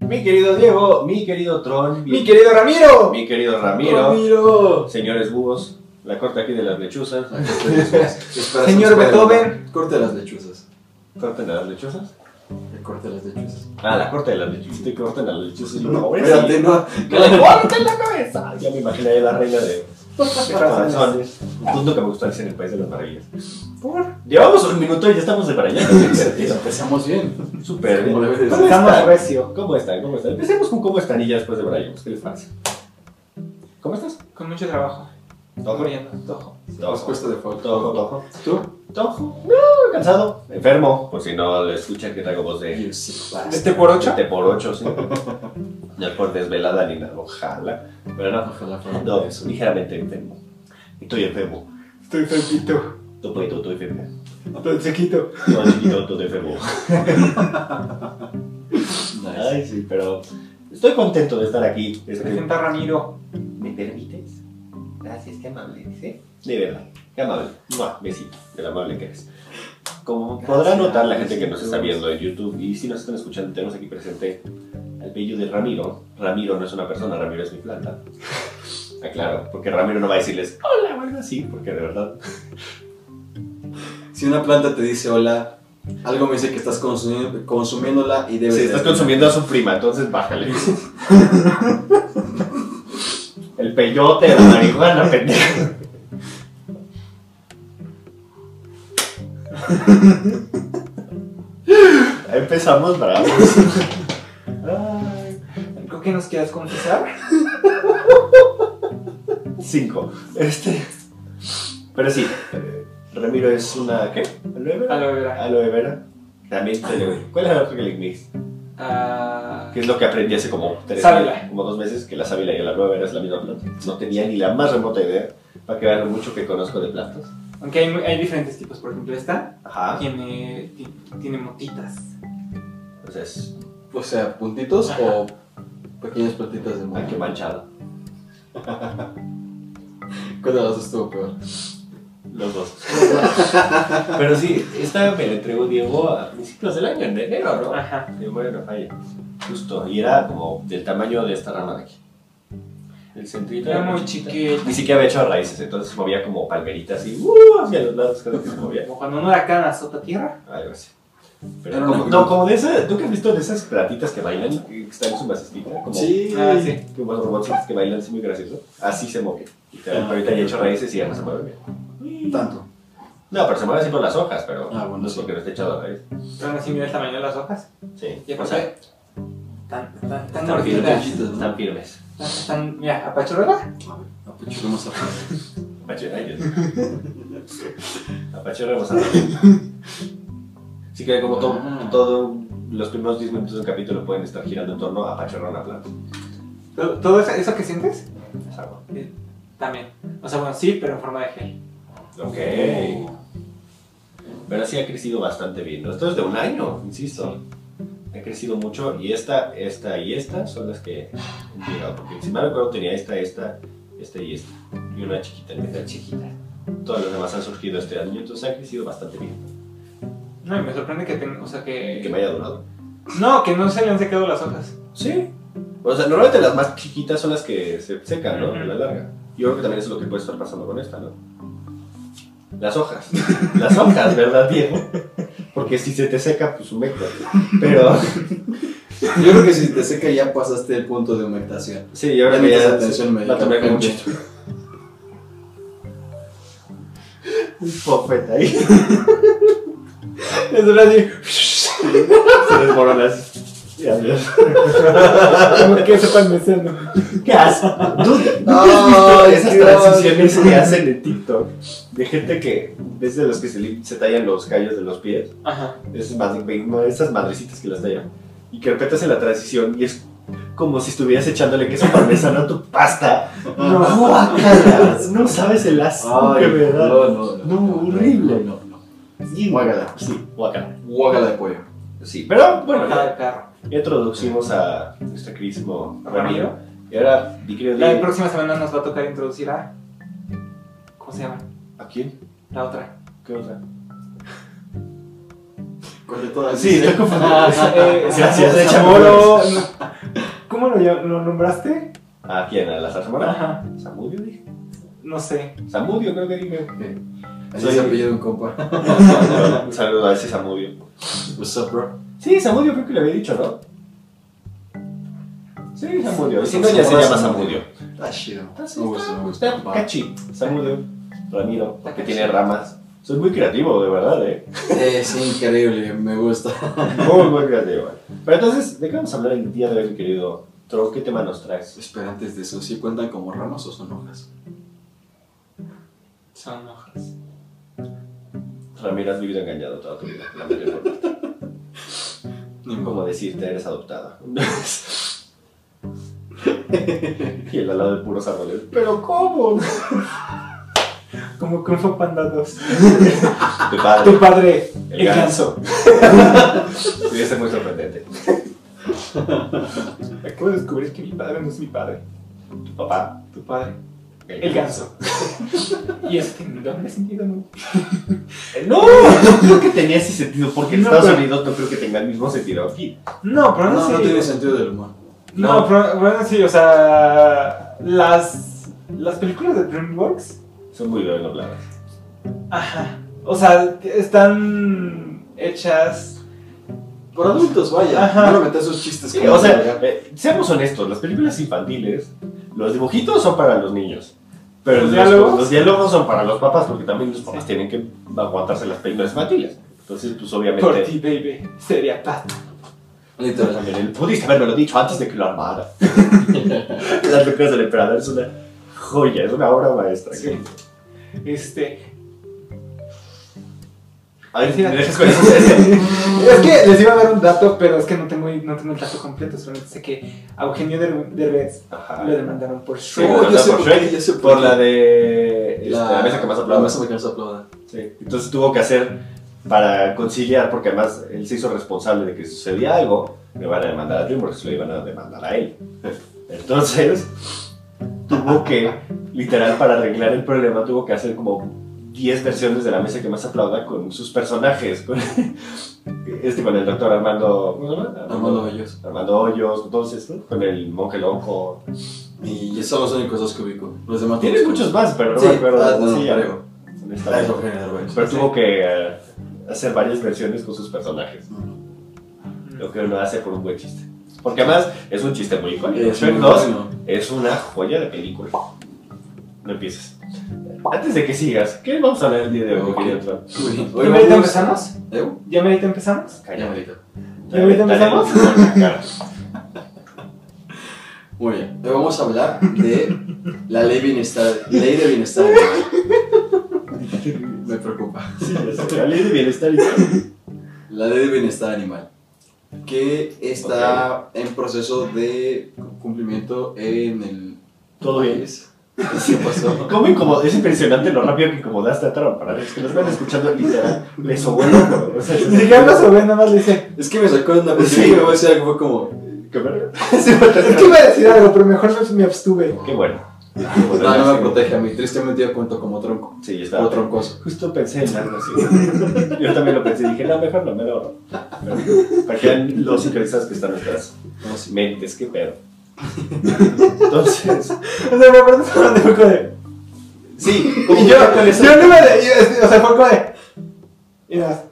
Mi querido Diego, mi querido Tron, mi, Mi querido Ramiro. mi querido Ramiro, Ramiro. señores búhos, la corte aquí de las lechuzas. Señor Señor Beethoven. Corte las lechuzas. ¿Corten de las lechuzas? El corte de las lechuzas. Ah, la corte de las lechuzas. Te corten las lechuzas. No, espérate, no. ¡Que le corten la cabeza! Ya me imaginé ahí la reina de, de corazones. Tú nunca me gustó el cine, el país de las maravillas. ¿Por? Llevamos un minuto y ya estamos de para allá. Empezamos bien. Súper Como bien. debe de ¿Cómo ser. están? Estamos recio. ¿Cómo están? ¿Cómo están? Empecemos con cómo están y ya después de Brian. ¿Qué les parece? ¿Cómo estás? Con mucho trabajo. Tojo. Muriendo. Tojo. Nos cuesta de foto. Tojo, tojo. ¿Tú? Tojo. No, cansado. Enfermo. Por si no lo escuchan, que traigo voz de. You sick bastard. ¿Este por ocho? De por ocho, sí. No es por desvelada ni nada. Ojalá. Pero no. Ojalá fuera No, eso. ligeramente enfermo. Estoy enfermo. Estoy fresquito. Tú puedes, tú, tú enfermo. Estoy sequito. Tú has vivido, tú te enfermo. Nice. Ay, sí, pero estoy contento de estar aquí. Este, Presenta a Ramiro. ¿Me permites? Gracias, qué amable, ¿eh? ¿sí? De verdad, qué amable. Mua, besito, de lo amable que eres. Como podrá Gracias, notar la gente que nos besitos. está viendo en YouTube y si nos están escuchando, tenemos aquí presente al bello de Ramiro. Ramiro no es una persona, Ramiro es mi planta. Aclaro, porque Ramiro no va a decirles hola o algo así, porque de verdad Si una planta te dice hola, algo me dice que estás consumiendo, consumiéndola y debes. Si de- estás consumiendo a su prima, entonces bájale. El peyote, la marihuana, pendejo. Ahí Empezamos bravos. Ay, ¿Algo que nos quieras confesar? Cinco. Este. Pero sí. eh, Ramiro es una. ¿Qué? ¿Aloe vera? Aloe vera. Aloe vera. También se le- ¿Cuál es la otra que le mix? Ah, que es lo que aprendí hace como tres Sábila. meses, como dos meses, que la sábila y la nueva era la misma planta. No tenía ni la más remota idea, para que vean lo mucho que conozco de plantas. aunque hay, mu- hay diferentes tipos. Por ejemplo, esta Ajá. tiene, ti- tiene motitas. Entonces, O sea, puntitos Ajá. o pequeñas plantitas de ay, qué mono. manchado. ¿Cuál de las dos estuvo peor? Los dos. Pero sí, esta me la entregó Diego a principios del año, en enero, ¿no? Ajá. Mi memoria no falla. Justo, y era como del tamaño de esta rama de aquí. El centrito Era la muy chiquita. chiquita. Ni siquiera había hecho raíces, entonces movía como palmerita así, ¡uh! hacia los lados, cada que se movía. Como cuando un huracán azota tierra. Algo así. Era Pero como, una no, cruz. como de esa, ¿tú que has visto de esas platitas que bailan? Que están en su basecita, como Sí. Ah, sí. como los robots que bailan, es muy gracioso. Así se mueve. Y te- Ah, ahorita ok. ya he hecho raíces y ya no se mueve bien. Tanto. No, pero se mueve así con las hojas, pero Ah, bueno, no es sí. porque no esté echado a raíz. Pero aún así mira el tamaño de las hojas. Sí. Y O sea, aparte, tan, tan, tan Están bien gorditas. Chiquitas, ¿no? están firmes. Tan, tan, mira, apachurrada. Apuchuremos Ah, pues, a Fran. Apache, ay, Dios mío. Apache rebosado. Así que como to- Ah. todo los primeros 10 minutos del capítulo pueden estar girando en torno a apachurrar una planta. Todo todo eso, eso que sientes, Es algo. eh, también. O sea, bueno, sí, pero en forma de gel. Ok. Pero sí ha crecido bastante bien. ¿no? Esto es de un año, insisto. Ha crecido mucho y esta, esta y esta son las que han llegado. Porque si mal recuerdo tenía esta, esta, esta y esta. Y una chiquita, en medio. Está chiquita. Todas las demás han surgido este año, entonces ha crecido bastante bien. No, y me sorprende que tenga, o sea, Y que... que me haya durado. No, que no se le han secado las hojas. Sí. O sea, normalmente las más chiquitas son las que se secan, ¿no? A la Ujú. larga. Yo creo que también eso es lo que puede estar pasando con esta, ¿no? Las hojas. Las hojas, ¿verdad, Diego? Porque si se te seca, pues humecta. Pero. Yo creo que si te seca ya pasaste el punto de humectación. Sí, y ahora Ya que necesitas ya atención médica, La tomé como un gente. chiste. Un popeta ahí. Es verdad, Se desmoronas. Y adiós. como que sepan mesendo. ¿Qué haces? ¿Tú, Ay, esas Dios. transiciones que hacen en TikTok de gente que, ves de los que se, li- se tallan los callos de los pies, Ajá. esas, mad- no, esas madrecitas que las tallan, y que repetas en la transición y es como si estuvieras echándole queso parmesano a tu pasta. No, guácala, no sabes el asco que me da. no, no, no, No, horrible. No, no. Sí, guácala. Sí, guácala. Guácala de pollo. Sí, pero bueno, Bueno, ya de perro. introducimos a nuestro queridísimo Ramiro. Ramiro. Y ahora, mi querido La Diego, próxima semana nos va a tocar introducir a... ¿Cómo se llama? ¿a quién? La otra. ¿Qué otra? Corté todas. Sí, estoy confundido. Ah, eh, Gracias. de Chamorro. ¿Cómo lo, llam- lo nombraste? ¿A quién? ¿A la zarzamora? Ajá. Samudio dije. No sé. Samudio creo que dije. Así se apellida un compa. Un saludo a ese Samudio. What's up, bro? Sí, Samudio creo que le había dicho, ¿no? Sí, Samudio. Si no, ya se Zarzamora, llama Zamudio. Samudio. Está chido. Entonces, Me gusta, me gusta. Está cachi. Samudio. Ramiro. Porque Cachi. tiene ramas. Soy muy creativo, de verdad, ¿eh? Eh, sí, increíble, me gusta. Muy, muy creativo. Pero entonces, ¿de qué vamos a hablar el día de hoy, mi querido Tro? ¿Qué tema nos traes? Esperantes de eso, ¿sí cuentan como ramas o son hojas? Son hojas. Ramiro, has vivido engañado toda tu vida. la mayor parte. Ni modo. Como decirte, eres adoptada. y el lado de puros árboles. ¿Pero cómo? Como Kung Fu Panda 2. Tu padre. Tu padre, Ah, El el ganso. ganso. Pudiese ser muy sorprendente. Acabo de descubrir que mi padre no es mi padre. Tu papá. Tu padre, el ganso. y eso tiene un doble sentido, ¿no? Eh, No, no creo que tenía ese sentido, porque en No, Estados pero- Unidos no creo que tenga el mismo sentido aquí. No, Ah, pero no, No, sé. no tiene sentido del humor. No, pero bueno, sí, o sea, las, las películas de DreamWorks, Son muy bien dobladas. ajá, o sea, están hechas, Por adultos, vaya. Ajá. No le metas esos chistes. Sí, como o sea, de- eh, seamos honestos, las películas infantiles, los dibujitos son para los niños. Pero ¿Los los, diálogos? los diálogos son para los papás, porque también los papás tienen que aguantarse las películas infantiles. Entonces, pues por este. obviamente, ti, baby, sería pata. literal. también él pudiste haberme lo dicho antes de que lo armara. las películas del emperador es una joya, es una obra maestra. Sí. Este, A ver si Sí. me dejas con eso. Mm. es que les iba a dar un dato, pero es que no tengo, no tengo el dato completo, solamente sé que a Eugenio Derbe- Derbez Ajá. lo demandaron por Sí, Shrek. Oh, por yo la- sé por por qué, Shrek, yo sé por por qué. la de este, la, mesa que más La aplauda. mesa que más aplauda. Sí. Entonces tuvo que hacer para conciliar, porque además él se hizo responsable de que si sucedía algo, me van a demandar a DreamWorks, lo iban a demandar a él. Entonces, tuvo que, literal, para arreglar el problema, tuvo que hacer como 10 versiones de la mesa que más aplauda con sus personajes. con- este con el doctor Armando. ¿cómo se llama? Armando Hoyos. Armando Hoyos, entonces, ¿no? con el monje loco. Y son los únicos dos que ubico. Los demás. Tienes todos muchos más, pero no Sí, me acuerdo. ah, no, no, Sí, ya. creo. Honestamente. Ah, es Eugenio Derbez. Pero tuvo que eh, hacer varias versiones con sus personajes. Mm. Lo que uno hace por un buen chiste. Porque además es un chiste muy icónico. Es Shrek muy 2 bueno. es una joya de película. No empieces. Antes de que sigas, ¿qué vamos a hablar el día de hoy? Ok. querido Trump? Uy, ¿Ya hoy merita vamos- empezamos? ¿Eh? ¿Ya merita empezamos? Ya Cállate. merito. Dale, ahorita dale, empezamos? dale, dale, cara. Muy bien. Hoy vamos a hablar de la ley, bienestar, ley de bienestar animal. Me preocupa. Sí, ya sé. La ley de bienestar y- La ley de bienestar animal. Que está en proceso de cumplimiento en el Todo bien. país. ¿Qué pasó? ¿Cómo incomodo? Es impresionante lo rápido que incomodaste a Trump. Para los que nos van escuchando, literal, le sobó el hombro. O sea, es- Si Carlos Obed nada más le dice, Es que me sacó de una Sí. posición y me voy a decir algo fue como. ¿Qué bueno? es que iba a decir algo, pero mejor me, me abstuve. Qué bueno. "Ah, No, no me protege a mí. Tristemente yo cuento como tronco. Sí, está. O troncoso. Justo pensé en algo así. Yo también lo pensé y dije, no, mejor no me lo ahorro. Pero, Para que vean lo sincronizadas que están nuestras No, sí. mentes, qué pedo. Entonces, O sea, me acuerdo solo de fue como de. Sí, Y yo, yo no iba de. yo- o sea, fue como de. Y nada.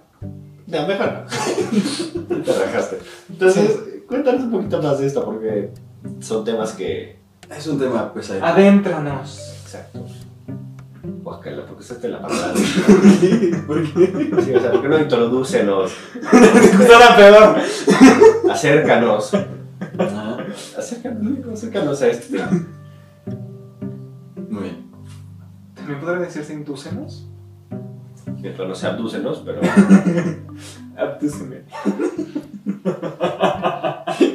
no, mejor no. Te rajaste. Entonces, cuéntanos un poquito más de esto, porque son temas que. Es un tema pues, pesado. Ah, Adéntranos. Exacto. Guácala, porque usaste la palabra. ¿Por qué? Sí, o sea, ¿por qué no introducenos? Suena peor. Acércanos. Ajá. Acércanos, acércanos a este tema. Muy bien. ¿También podrán decirse inducenos? Mientras no se abdúcenos, pero. Abdúceme.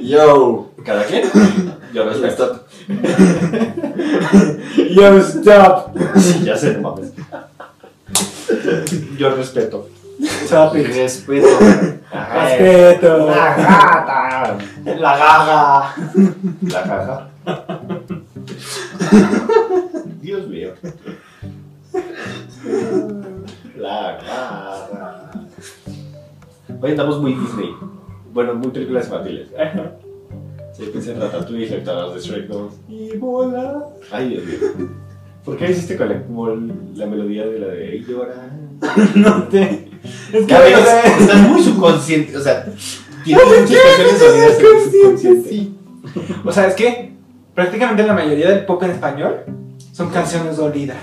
Yo. ¿Cada quien? Yo respeto. Está- Yo, stop. Sí, ya sé, no mames. Yo respeto. Stop it. Respeto. Ajá. Respeto. gata. La gaga. La jaja. Dios mío. La jaja. Hoy andamos muy Disney. Bueno, muy películas infantiles. Sí, pensé en Ratatouille, Lectoras de Shrek 2. Y bola. Ay, Dios mío. ¿Por qué hiciste con la, como la melodía de la de "Ey, llora? No te. Es que Ya ves, no sé. estás muy subconsciente. O sea, tienes muchas canciones sonidas que eres subconsciente. Sí. O sea, es que prácticamente la mayoría del pop en español son canciones dolidas.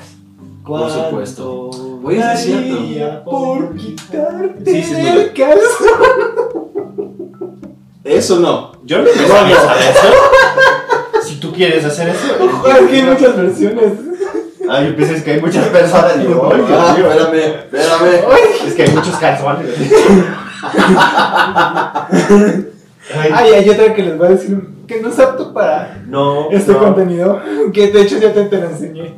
Por supuesto. Güey, sí es cierto. Daría Por quitarte Sí, sí, es del calzón. Eso no. Yo no pensaría hacer eso. Si tú quieres hacer eso. Es que hay muchas versiones. Ah, yo pensé es que hay muchas personas. Digo, "Ay, Dios Ah, mío". espérame, espérame. Es que hay muchos calzones. Ay, Ay, hay otra que les voy a decir que no es apto para no, este no, contenido. Que de hecho ya te, te la enseñé.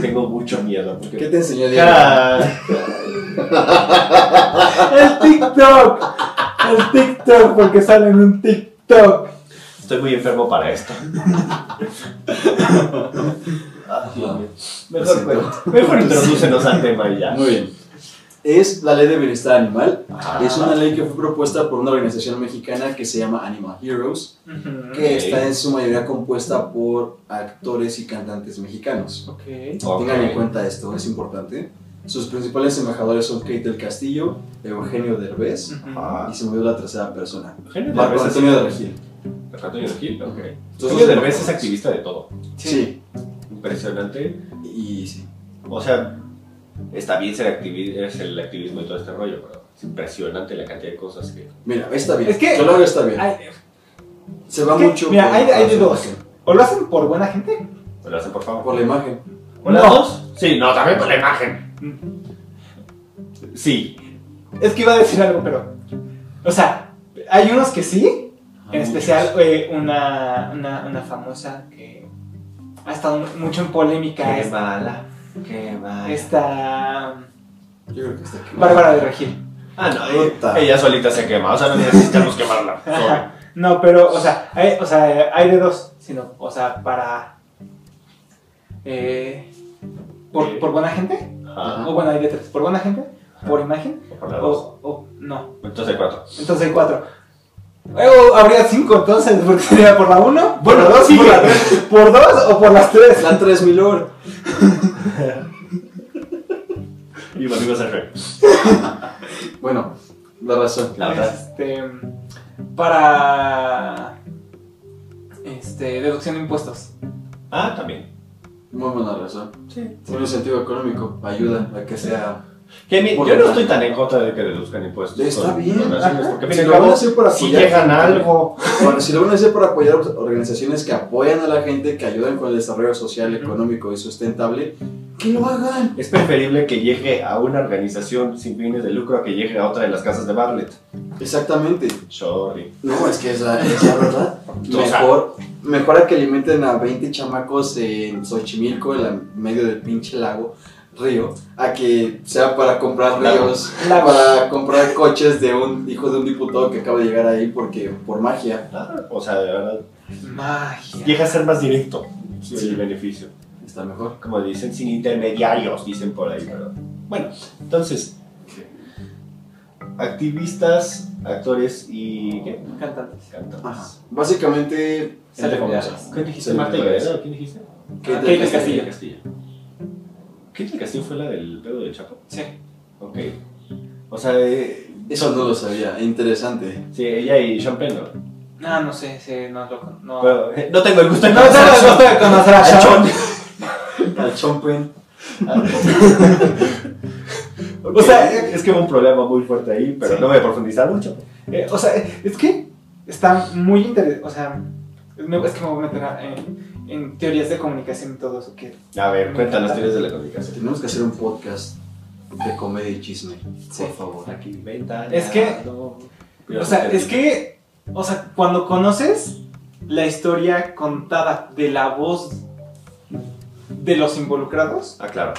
tengo mucho miedo. Porque ¿Qué te enseñó Diego? Cara, El TikTok. El TikTok, porque sale en un TikTok. estoy muy enfermo para esto. Ah, Dios mío. Mejor, Lo siento. cuento. Mejor introducenos al tema y ya. Muy bien. Es la ley de bienestar animal. Ah. Es una ley que fue propuesta por una organización mexicana que se llama Animal Heroes, que Ok. está en su mayoría compuesta por actores y cantantes mexicanos. Ok. Ok. Tengan en cuenta esto, es importante. Sus principales embajadores son Kate del Castillo, Eugenio Derbez Ah, y se movió la tercera persona. Eugenio Marco Derbez es- Antonio de Regil. Antonio Gil, ok. Entonces, Eugenio Derbez es activista de todo. Sí. Impresionante. Y sí. O sea, está bien ser activi- es el activismo y todo este rollo, pero es impresionante la cantidad de cosas que. Mira, está bien. Es que- Yo lo hago está bien. Ay, Se va es que, mucho. mira, por- hay de- hay de por- dos. ¿O lo hacen por buena gente? ¿Me lo hacen, por favor? Por la imagen. ¿Por las No. dos? Sí, no, también por la imagen. Sí. Es que iba a decir algo, pero. O sea, hay unos que sí. Ah, En especial eh, una, una, una famosa que ha estado mucho en polémica. es- mala. Qué mala. Esta. Yo creo que está aquí. Bárbara de Regil. Ah, no, eh, Puta. ella solita se quema, o sea, no necesitamos quemarla. Sorry. No, pero, o sea, hay, o sea, hay de dos, sino, o sea, para. eh, por, por buena gente? Ajá. O bueno, hay de tres. ¿Por buena gente? ¿Por imagen? O por la dos. O, o Oh. no. Entonces, cuatro. Entonces hay cuatro. Eh, o habría cinco entonces, porque sería por la uno, por la dos, Sí. por, la tres, por dos o por las tres. La 3, mi lord. Y volvimos al rey. Bueno, la razón. La verdad. Este, para este, deducción de impuestos. Ah, también. Muy buena razón. Sí. Un incentivo económico ayuda a que sea. Que mi- Por yo no la- estoy tan en contra de que deduzcan impuestos. Está con bien. donaciones, porque Si mira, lo acabo- van a hacer para si apoyar. llegan a algo. Bueno, si lo van a hacer para apoyar organizaciones que apoyan a la gente, que ayudan con el desarrollo social, económico y sustentable, que lo hagan. Es preferible que llegue a una organización sin fines de lucro a que llegue a otra de las casas de Bartlett. Exactamente. Sorry. No, es que es la, es la verdad. O sea- Mejor, mejor a que alimenten a 20 chamacos en Xochimilco, en la- medio del pinche lago, río, a que sea para comprar Lago. ríos, Lago. para comprar coches de un hijo de un diputado que acaba de llegar ahí porque por magia. Ah, o sea, de verdad. Magia. Llega a ser más directo Sí. el beneficio. Está mejor. Como dicen, sin intermediarios, dicen por ahí. Pero... Bueno, entonces. Activistas, actores y. ¿Qué? Cantantes. Cantantes. Ajá. Básicamente, entre Celebridades. comillas. ¿Quién dijiste? Sí, ¿Marta me parece. Higuera o quién dijiste? Kate Kate del Castillo. Castillo. Castillo. ¿Kate del Castillo fue la del pedo del Chapo? Sí. Ok. O sea, eh, Eso no lo sabía, interesante. sí, ella y Sean Penn, ¿no? Ah, no sé, sí, no es loco. No. Bueno, eh, no tengo el gusto de No tengo el gusto de conocer a Al Sean. Al chompen. Ok, O sea, es que hubo un problema muy fuerte ahí, pero Sí. no voy a profundizar mucho. Eh, o sea, es que está muy interesante. O sea, me- es que me voy a meter a- en, en teorías de comunicación y todo eso. Que, A ver, cuéntanos Me encanta. teorías de la comunicación. Tenemos que hacer un podcast de comedia y chisme, Sí. por favor. Aquí inventan. Es que- o sea, es que, o sea, cuando conoces la historia contada de la voz de los involucrados, Ah, claro,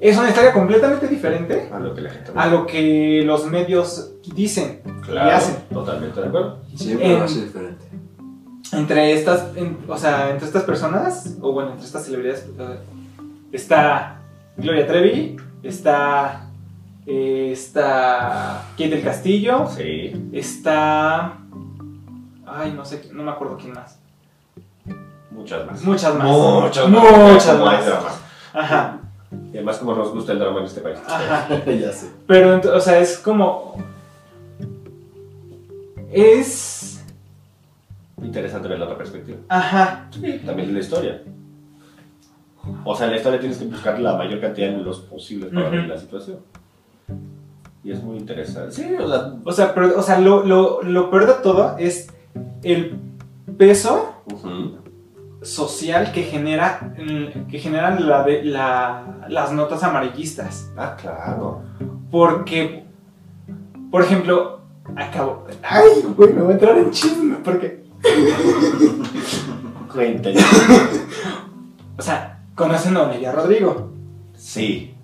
es una historia completamente diferente a lo que la gente. a lo que los medios dicen. claro, le hacen. Totalmente de acuerdo. Siempre va a En- ser diferente. entre estas, en- o sea, entre estas personas, o bueno, pues, entre estas celebridades, eh, está Gloria Trevi, está eh, está Kate del Castillo, Sí. está... Ay, no sé, no me acuerdo quién más. Pues Muchas más. Muchas más. Muchas más. Muchas Como hay más. drama. Ajá, Y además, como nos gusta el drama en este país. ajá. ya sé. Pero, ent- o sea, es como... Es... Interesante ver la otra perspectiva. Ajá. También la historia. O sea, en la historia tienes que buscar la mayor cantidad de los posibles para Ujú. ver la situación. Y es muy interesante. Sí, o sea. O sea, pero- o sea lo, lo, lo peor de todo es el peso ujú. social que genera mm, que generan la de- la- las notas amarillistas. Ah, claro. Porque, por ejemplo, acabo... Ay, güey, me voy a entrar en chisme porque... Gente. O sea, conocen a Olivia Rodrigo. Sí.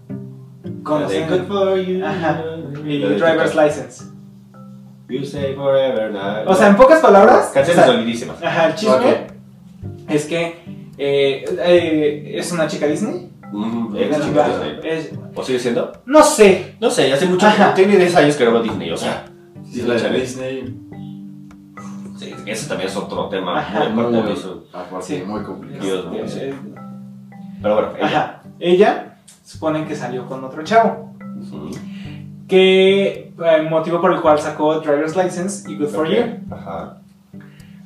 Conocen... Good for you. Ajá. Y La de driver's license. You say forever now. O sea, en pocas palabras. Canciones o sea, solidísimas. ajá, el chisme Ok. es que eh, eh, es una chica Disney. Mm, Es ex una chica chica- Disney. es- ¿O sigue siendo? no sé. No sé, hace mucho Ajá. Tiene 10 años que no veo Disney, o sea. Sí, la de Chale. Disney. sí, ese también es otro tema Ajá. muy Muy, aparte de eso. aparte, Sí. muy complicado. Dios mío, sí. eh, Pero bueno, ella. Ajá. Ella suponen que salió con otro chavo. Ujú. Que eh, motivo por el cual sacó Driver's License y Good for Ok. You, Ajá.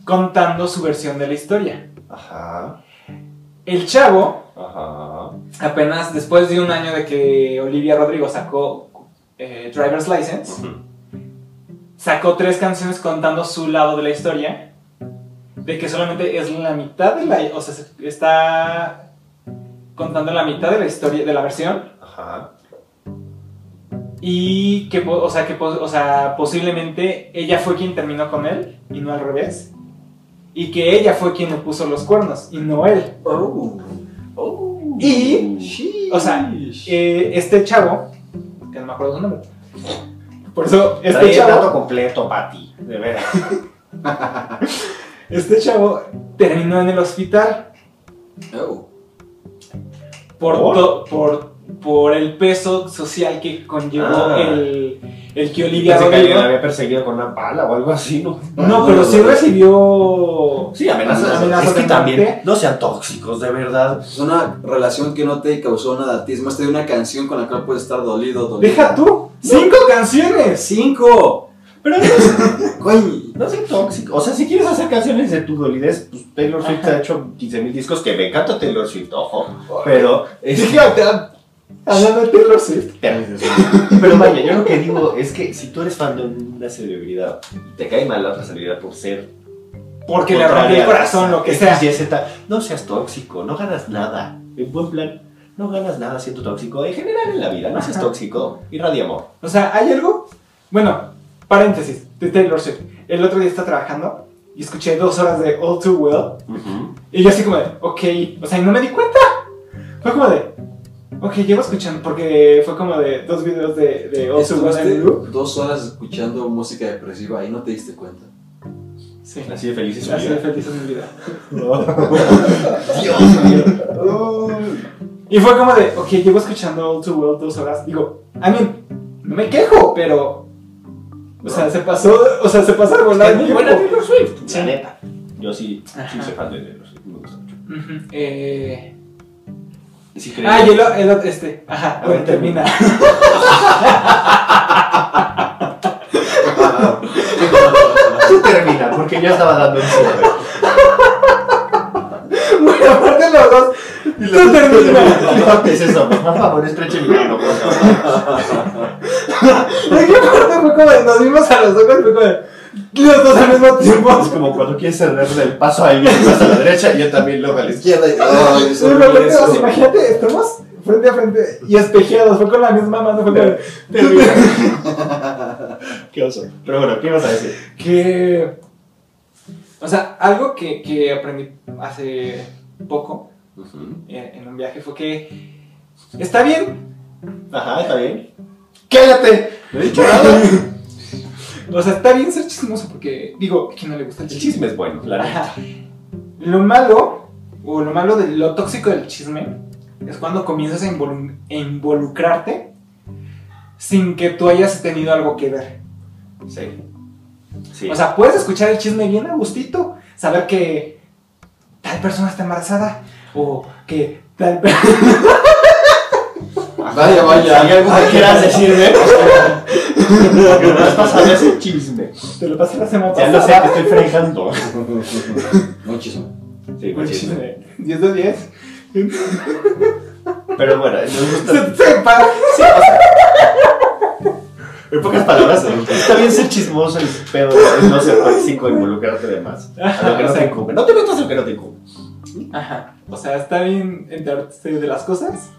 contando su versión de la historia. Ajá. El chavo, Ajá. apenas después de un año de que Olivia Rodrigo sacó eh, Driver's License, Ujú. sacó tres canciones contando su lado de la historia. De que solamente es la mitad de la. O sea, se- está contando la mitad de la historia, de la versión. Ajá. Y que, po- o sea, que po- o sea, posiblemente ella fue quien terminó con él y no al revés. Y que ella fue quien le puso los cuernos y no él. Oh. Oh. Y, o sea, eh, este chavo, que no me acuerdo su nombre. Por eso, este Trae el dato chavo, completo, Pati. De veras. este chavo terminó en el hospital. Oh. por, ¿Por? to- por, por el peso social que conllevó Ah. el, el que Olivia Pensé que alguien la Rodrigo. había perseguido con una pala o algo así, ¿no? Ah, No, pero sí recibió. Sí, amenazas. Es Amenazas que de también muerte. no sean tóxicos, de verdad. Es una relación que no te causó nada a ti. Es más, te dio una canción con la cual puedes estar dolido, dolido. Deja tú, cinco canciones. ¡Cinco! Pero ¡Coy! No sean tóxicos. O sea, si quieres hacer canciones de tu dolidez, pues Taylor Swift Ajá. ha hecho 15.000 discos que me encanta Taylor Swift, ojo. Pero, es que, hablando de Taylor Swift. pero vaya, yo lo que digo es que si tú eres fan de una celebridad y te cae mal la otra celebridad por ser. Porque le rompí contraria el a- corazón, lo que X, sea. Y, Z, no seas tóxico, no ganas nada. En buen plan, no ganas nada siendo tóxico. En general en la vida, no seas Ajá. tóxico. Irradia amor. O sea, hay algo. Bueno, paréntesis, de Taylor Swift. El otro día estaba trabajando y escuché dos horas de All Too Well. Y yo así como de, ok, o sea, y no me di cuenta. Fue como de, ok, llevo escuchando, porque fue como de dos videos de, de All Too Well Estuviste en loop. dos horas escuchando música depresiva y no te diste cuenta. Sí, Así de feliz es su así de vida. feliz es mi vida. Dios mío. Oh. Y fue como de, ok, llevo escuchando All Too Well dos horas. Digo, a mí, no me quejo, pero, o sea, se pasó, o sea, se pasa de volar. Es muy el buena tiempo. Taylor Swift. Sí. La neta. Yo sí, sí Ajá. soy fan de Taylor Swift. Me gusta mucho. Ujú, eh, Sí, ah, y el, o- el otro, este, ajá, A bueno, ver, termina. Ah, termina, porque ya estaba dando el cierre. bueno, aparte los dos, tú termina. No, ¿qué es eso? Por favor, estreche mi mano, por favor. ¿De qué parte fue como de, nos vimos a los ojos, fue como de, los dos al mismo tiempo? Es como cuando quieres cerrarle el paso a alguien, vas a la derecha y yo también luego a la izquierda. Izquierda y. ¡Ay, es Sí, de horrible repente, o sea, eso! imagínate, estamos frente a frente y espejeados, fue con la misma mano, fue como de, Qué oso. Pero bueno, ¿qué ibas a decir? que... O sea, algo que, que aprendí hace poco eh, en un viaje fue que está bien, Ajá, está bien. ¡Cállate! No he dicho nada. o sea, está bien ser chismoso porque, digo, ¿a quién no le gusta el El chisme? chisme es bueno, la neta. Ajá. Lo malo, o lo malo de lo tóxico del chisme, es cuando comienzas a, involu- a involucrarte sin que tú hayas tenido algo que ver. Sí. Sí. O sea, puedes escuchar el chisme bien a gustito, saber que tal persona está embarazada o que tal persona... Vaya, vaya. ¿Hay algo que quieras decirme? Porque no has pasado ese chisme. Te lo pasé la semana Ya pasada. lo sé, te estoy fregando. Muchísimo. Sí, Un buen chisme. chisme. 10 de 10. Pero bueno, nos gusta. Se, se para. En pocas palabras, está bien ser chismoso y pedo, es no ser tóxico, involucrarte de más. A lo que no te incumbe. No te metas a lo que no te incumbe. Ajá. O sea, está bien enterarte de las cosas,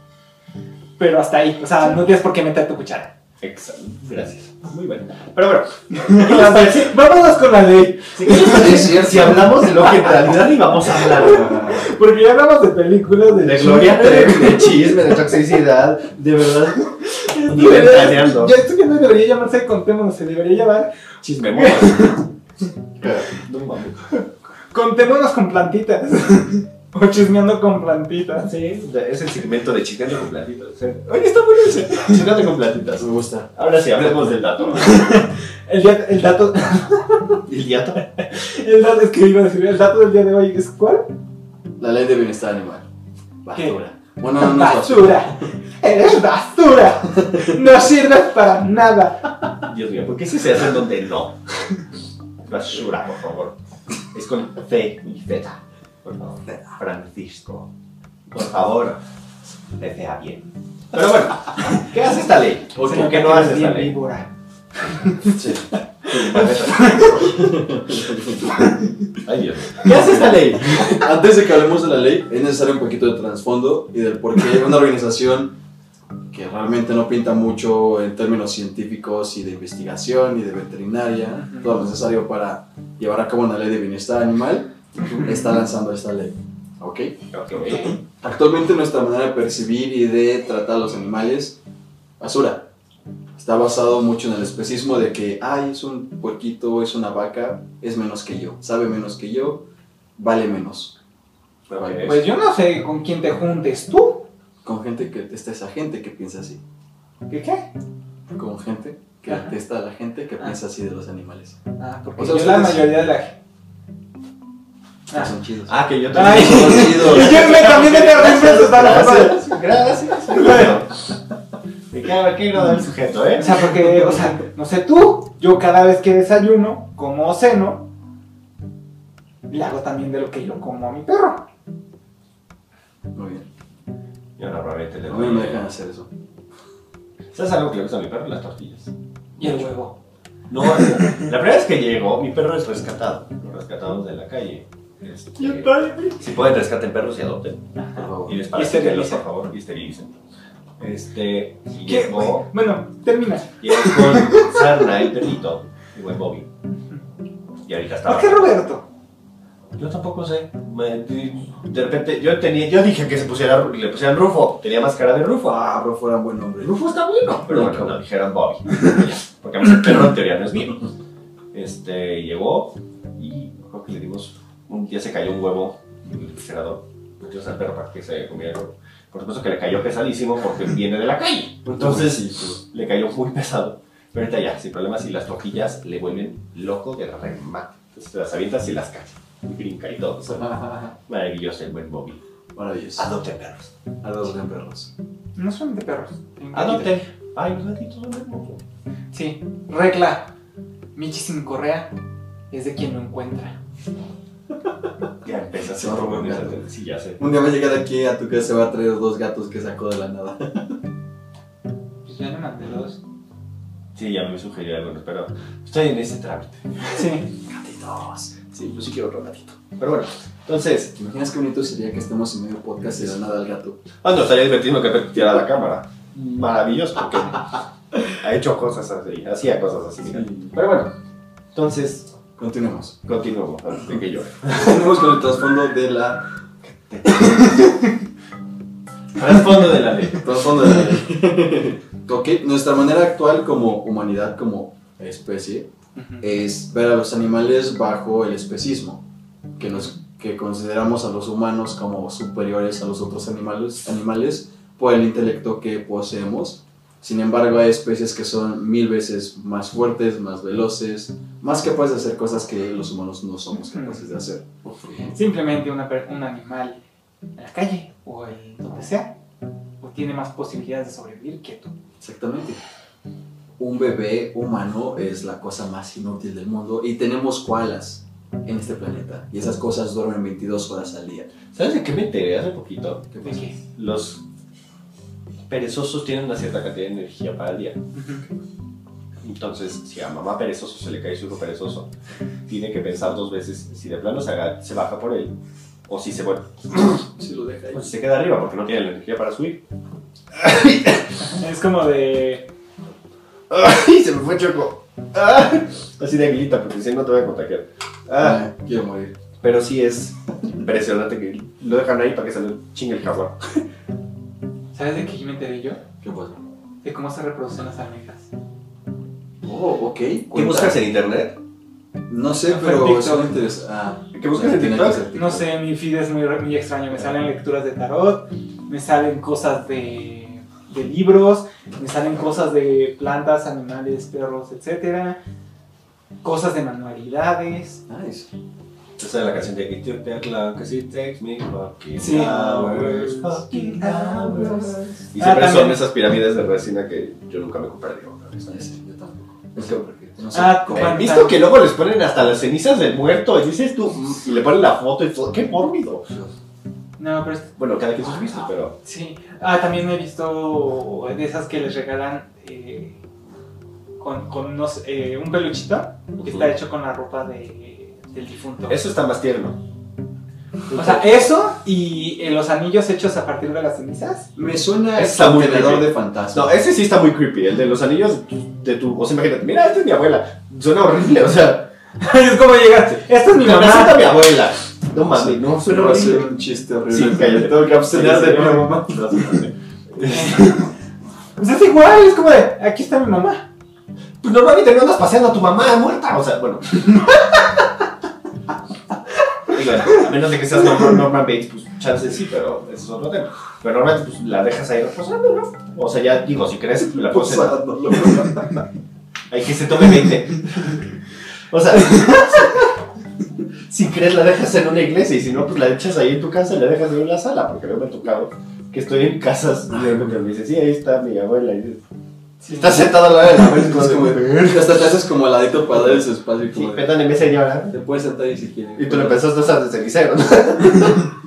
pero hasta ahí. O sea, no tienes por qué meter tu cuchara. Exacto. Gracias. Muy bueno. Pero bueno, Vámonos con la ley, si, es cierto. si hablamos de lo que en realidad ni vamos a Ah, hablar. porque ya hablamos de películas de, De Gloria Trevi, de chisme, de toxicidad, de verdad. Ni ventaneando. Ya esto que no debería llamarse contémonos, se debería llamar Chisme mono. No mames. contémonos con plantitas o chismeando con plantitas. Sí, es el segmento de chismeando con platitas. Oye, está bueno ese. Chismeando con platitas. Me gusta. Ahora sí, hablemos del dato. El, día- el dato, ¿El dato? el dato es que iba a decir, el dato del día de hoy es ¿cuál? La ley de bienestar animal. Basura. Bueno, no, no Ah, es basura. basura. Eres basura. No sirves para nada. Dios mío, ¿por qué si se hace donde no? Basura, por favor. Es con C y Z. Por favor. Francisco. Por favor. Decea bien. Pero bueno, ¿qué hace esta ley? ¿O Se nota qué no que hace eres esta bien ley? víbora. Sí. Ay, Dios. ¿Qué hace esta ley? Antes de que hablemos de la ley, es necesario un poquito de trasfondo y del por qué una organización que realmente no pinta mucho en términos científicos y de investigación y de veterinaria, todo lo necesario para llevar a cabo una ley de bienestar animal, está lanzando esta ley. ¿Ok? Ok. Actualmente nuestra manera de percibir y de tratar a los animales, basura, está basado mucho en el especismo de que, ay, es un puerquito, es una vaca, es menos que yo, sabe menos que yo, vale menos. Ok. Pues yo no sé con quién te juntes tú. Con gente que detesta a esa gente que piensa así. ¿Qué qué? Con gente que Ajá. detesta a la gente que Ah. piensa así de los animales. Ah, porque O sea, yo la ustedes- mayoría de la No Ah. son chidos. Ah, que yo Ay. también. Son chidos. Y yo me cambié de referencias a la pasada. Gracias. Gracias. Bueno. Me cae aquí no da el sujeto, ¿eh? O sea, porque, o sea, no sé tú, yo cada vez que desayuno, como o ceno, le hago también de lo que yo como a mi perro. Muy bien. Yo normalmente le A mí no me doy. dejan hacer eso. ¿Sabes algo que le gusta a mi perro? Las tortillas. Y el huevo. No, la primera vez que llegó, mi perro es rescatado. Lo rescatamos de la calle. Este, si pueden, rescaten perros y adopten. Por Ah. favor. Y les Y parece que esterilicen. los, por favor, y esterilicen. Este, y ¿Qué? llegó, Bueno, termina. llegó con Sarna, el perrito, y buen Bobby. Y ahorita estaba. ¿Por qué Roberto? Yo tampoco sé. Me- de repente, yo tenía, yo dije que se pusiera, le pusieran Rufo. Tenía más cara de Rufo. Ah, pero fuera buen hombre. Rufo está bueno, pero bueno, no dijeron Bobby. Porque además el perro en teoría no es mío. Este, llegó y creo que le dimos. Un día se cayó un huevo en el refrigerador. Pusimos al perro para que se comiera el huevo. Por supuesto que le cayó pesadísimo porque viene de la calle. Entonces Sí, le cayó muy pesado. Pero ahorita ya, sin problemas, y las tortillas le vuelven loco de remate. Entonces te las avientas y las cae. Y brinca y todo. O sea, pues. Maravilloso el buen Bobby. Maravilloso. Adopten perros. Adopten perros. No son de perros. tengo Adopten. Ay, los gatitos son hermosos. que- Ah, Sí, regla. Michi sin correa es de quien lo encuentra. Ya empezaste Se va a a proponer. romper. Sí, ya sé. Un día va a llegar aquí a tu casa y va a traer dos gatos que sacó de la nada. Pues ya le mandé dos. Sí, ya me sugirió algunos, pero estoy en ese trámite. Sí. Gatitos. Sí, yo sí quiero otro gatito. Pero bueno, entonces. ¿Te imaginas qué bonito sería que estemos en medio podcast y de la nada el gato? Ah, no, estaría divertido que tirara la cámara. Maravilloso, porque ha hecho cosas así, hacía cosas así. mira. Pero bueno, entonces, Continuemos. continuamos antes de que llore. Continuemos con el trasfondo de la. Trasfondo de la ley. Trasfondo de la ley. ok, nuestra manera actual como humanidad, como especie, Eh, es ver a los animales bajo el especismo, que, nos, que consideramos a los humanos como superiores a los otros animales, animales por el intelecto que poseemos, Sin embargo, hay especies que son mil veces más fuertes, más veloces, más capaces de hacer cosas que los humanos no somos capaces de hacer. Simplemente una per- un animal en la calle o en donde sea, o tiene más posibilidades de sobrevivir que tú. Exactamente. Un bebé humano es la cosa más inútil del mundo y tenemos koalas en este planeta. Y esas cosas duermen 22 horas al día. ¿Sabes de qué me enteré hace poquito? ¿Qué ¿De pasa? qué? Los perezosos tienen una cierta cantidad de energía para el día. Entonces, si a mamá perezoso se le cae su hijo perezoso, tiene que pensar dos veces si de plano se, aga- se baja por él o si se vuelve. Si lo deja ahí. o si se queda arriba porque no tiene la energía para subir. Es como de. ¡Ay! Se me fue choco. ¡Ah! Así debilita, porque si no te voy a contagiar. Ah, Ah, quiero morir. Pero sí es impresionante que lo dejan ahí para que se le chingue el jaguar. ¿Sabes de qué me enteré yo? ¿Qué pasa? De cómo se reproducen las almejas. Oh, ok. ¿Qué cuenta. buscas en internet? No sé, Ah, fue en pero TikTok. son interesantes. Ah, ¿Qué buscas en tiene TikTok? que ser No sé, mi feed es muy, muy extraño. Me salen lecturas de tarot, me salen cosas de, de libros, me salen cosas de plantas, animales, perros, etcétera, Cosas de manualidades. Nice. Esa es la canción de It took that long 'cause it takes me fucking Sí. hours. Fucking hours. Y Ah, siempre son también. esas pirámides de resina que yo nunca me compraría otra vez. Nice, Yo tampoco. Es que- No sé. Ah, Eh, cuánta- ¿Visto que luego les ponen hasta las cenizas del muerto? Y dices tú, mm, y le ponen la foto y todo. ¡Qué mórbido! No, pero es- Bueno, cada quien sus vistas, pero. sí. Ah, también he visto de esas que les regalan eh, con, con unos, eh, un peluchito que está hecho con la ropa de, del difunto. Eso está más tierno. O sea, eso y eh, los anillos hechos a partir de las cenizas. Me suena Está muy contenedor creepy. de fantasmas. No, ese sí está muy creepy. El de los anillos de tu. O sea, imagínate, mira, esta es mi abuela. Suena horrible, o sea. es como llegaste. Esta es mi La mamá. casita de mi abuela. No mames, no, suena Pero va a ser horrible. un chiste horrible. Sí, cállate, tengo que abstener de Sí, sí. mamá. Pues es igual, es como de, aquí está mi mamá. Pues normalmente no andas paseando a tu mamá muerta, o sea, bueno. Digo, a menos de que seas Norman, Norman Bates, pues chance sí, pero eso es otro tema. Pero normalmente pues la dejas ahí reposando, ¿no? O sea, ya digo, si crees, la Pues, pones. ah, no, lo- Hay que se tome 20. O sea, si crees, la dejas en una iglesia y si no, pues la echas ahí en tu casa y la dejas ahí en la sala, porque luego me ha tocado que estoy en casas y luego me dice, sí, ahí está mi abuela. Y dices, está sentada al lado de la abuela, y tú Es como como, de- Hasta te haces como el adicto para darle su espacio. y sí, como de- pétale, mi señora. Te puedes sentar y si quieres. Y tú lo pensaste hasta desde cenicero, ¿no?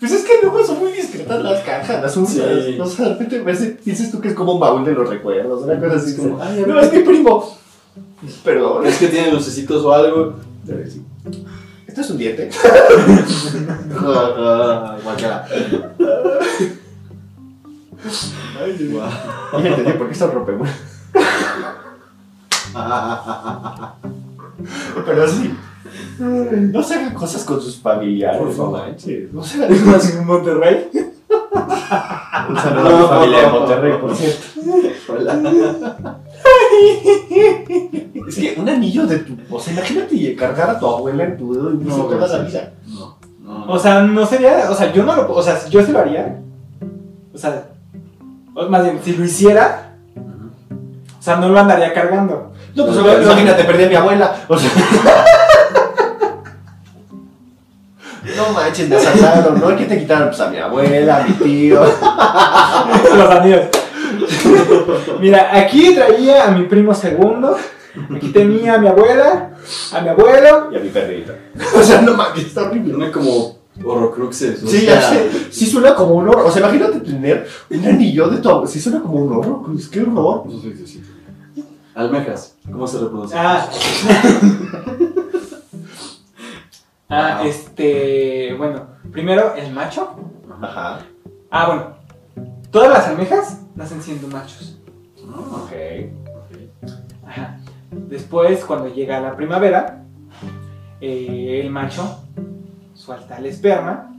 Pues es que luego son muy discretas las cajas, las usas. Sí. O sea, de repente parece- dices tú que es como un baúl de los recuerdos, una cosa así Es como, como, ay, a no, ver. es mi primo. Perdón. Es que tiene lucecitos o algo. Esto es un diente. Ah, ah, guácala. Guau. Ya entendí por qué se rompe, güey. Pero sí. No se hagan cosas con sus familiares. Por favor. no manches. No se hagan Es más en Monterrey. Un saludo a mi familia de Monterrey, por cierto. Es que un anillo de tu. O sea, imagínate cargar a tu abuela en tu dedo y No, no, toda la gracias. vida. No, no. O sea, no sería, o sea, yo no lo, o sea, yo sí lo haría. O sea, o más bien, si lo hiciera, o sea, no lo andaría cargando. No, pues No, ahora no. imagínate, perdí a mi abuela. O sea. No manches, me asaltaron, ¿no? ¿Qué te quitaron? Pues a mi abuela, a mi tío. Los anillos. Mira, aquí traía a mi primo segundo, aquí tenía a mi abuela, a mi abuelo. Y a mi perrito. O sea, no mames, está horrible. Suena como horrocruxes. o Sí, sea, ya sé. Sí suena como un oro. O sea, imagínate tener un anillo de tu abuela. Sí suena como un oro. Pues qué horror. no sé, sí, sí. Almejas, ¿cómo se reproduce? Ah. ah, este, bueno, primero el macho. Ajá. Ah, bueno. Todas las almejas nacen siendo machos. Ah, Ok. Ajá. Después, cuando llega la primavera, eh, el macho suelta el esperma,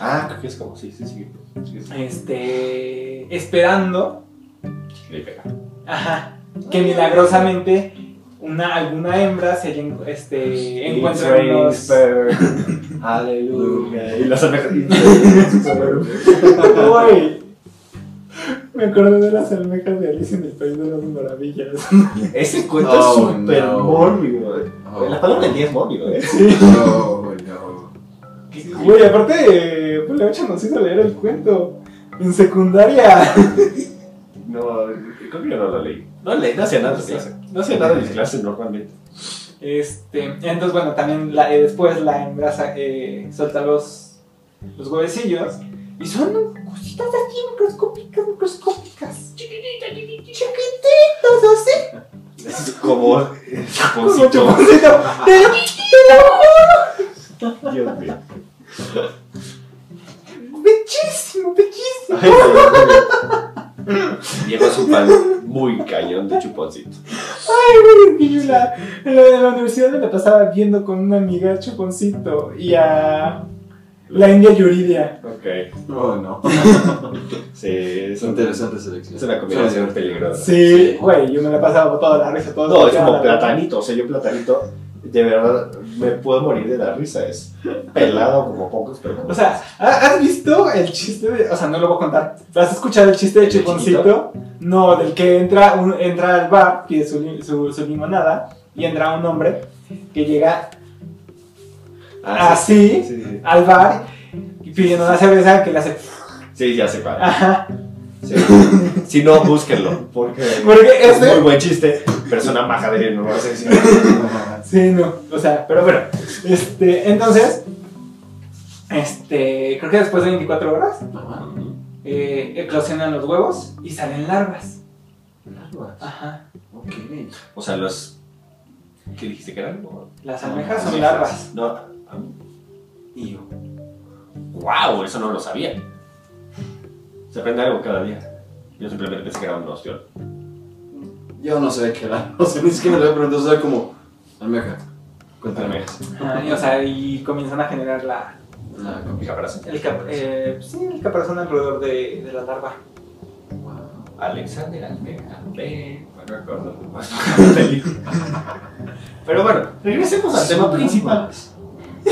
Ah, creo que es como, sí, sí, sí. Sí, sí. este, esperando, Le pega. ajá, que milagrosamente una, alguna hembra se haya en- este, encuentre unos... Oh. Aleluya. Y las abejas. Güey, Me acuerdo de las almejas de Alicia en el País de las Maravillas. Ese cuento Oh, es súper no. mórbido. eh. Oh. La palabra del día es mórbido, ¿eh? No, no. Güey, aparte, pues la ocho nos hizo leer el cuento. En secundaria. No, creo que yo no lo leí. No leí, no hacía nada en mis clases. No hacía nada en mis clases normalmente. Este, entonces, bueno, también la- eh, después la hembra sa- eh, suelta los, los huevecillos. Y son cositas así microscópicas, microscópicas. Chiquititas, chiquititas. Chiquititas, así. Es como el Como chuponcito. chuponcito. Te lo- te lo Dios mío. Bellísimo, bellísimo. Ay, Dios mío. Lleva su pan muy cañón de chuponcito. Ay, güey, es que yo la, en la de la universidad me la pasaba viendo con una amiga chuponcito y a la India Yuridia. Ok. Oh, no. Sí, es, Es un- interesante selección. es una combinación peligrosa. Sí, güey, yo me la pasaba toda la risa, toda No, la es como cara. platanito. O sea, yo platanito, de verdad, me puedo morir de la risa. Es pelado como pocos, pero como O sea, ¿ha- ¿has visto el chiste de.? O sea, no lo voy a contar. ¿Pero ¿Has escuchado el chiste de ¿El de Chuponcito? No, del que entra, un- entra al bar, pide su, li- su, su limonada y entra un hombre que llega Ah, sí. así Sí, sí. al bar pidiendo una cerveza que le hace. Sí, ya sé cuál. Ajá. Sí. Si no, búsquenlo. Porque Porque es este. muy buen chiste. Persona majadera, no lo sé si. Sí, no. O sea, pero bueno. Este, entonces. Este. Creo que después de 24 horas. eh, eclosionan los huevos y salen larvas. Ajá. Ah, Ok. O sea, los. ¿Qué dijiste que eran? ¿O- Las almejas son almejas? larvas. No. Y yo. ¡Wow! Eso no lo sabía. Se aprende algo cada día. Yo simplemente pensé que era un ostión. Yo no sé de qué era. No sé, ni siquiera me lo había preguntado. O sea, como. Almeja. Cuéntame. Almejas. Ajá, y, o sea, y comienzan a generar la, Ah, Mi complicado. caparazón. el, cap- eh, sí, el caparazón alrededor de, de la larva. Wow. Alexander Almeja. Ve. No recuerdo. la película. Pero bueno, regresemos al tema principal.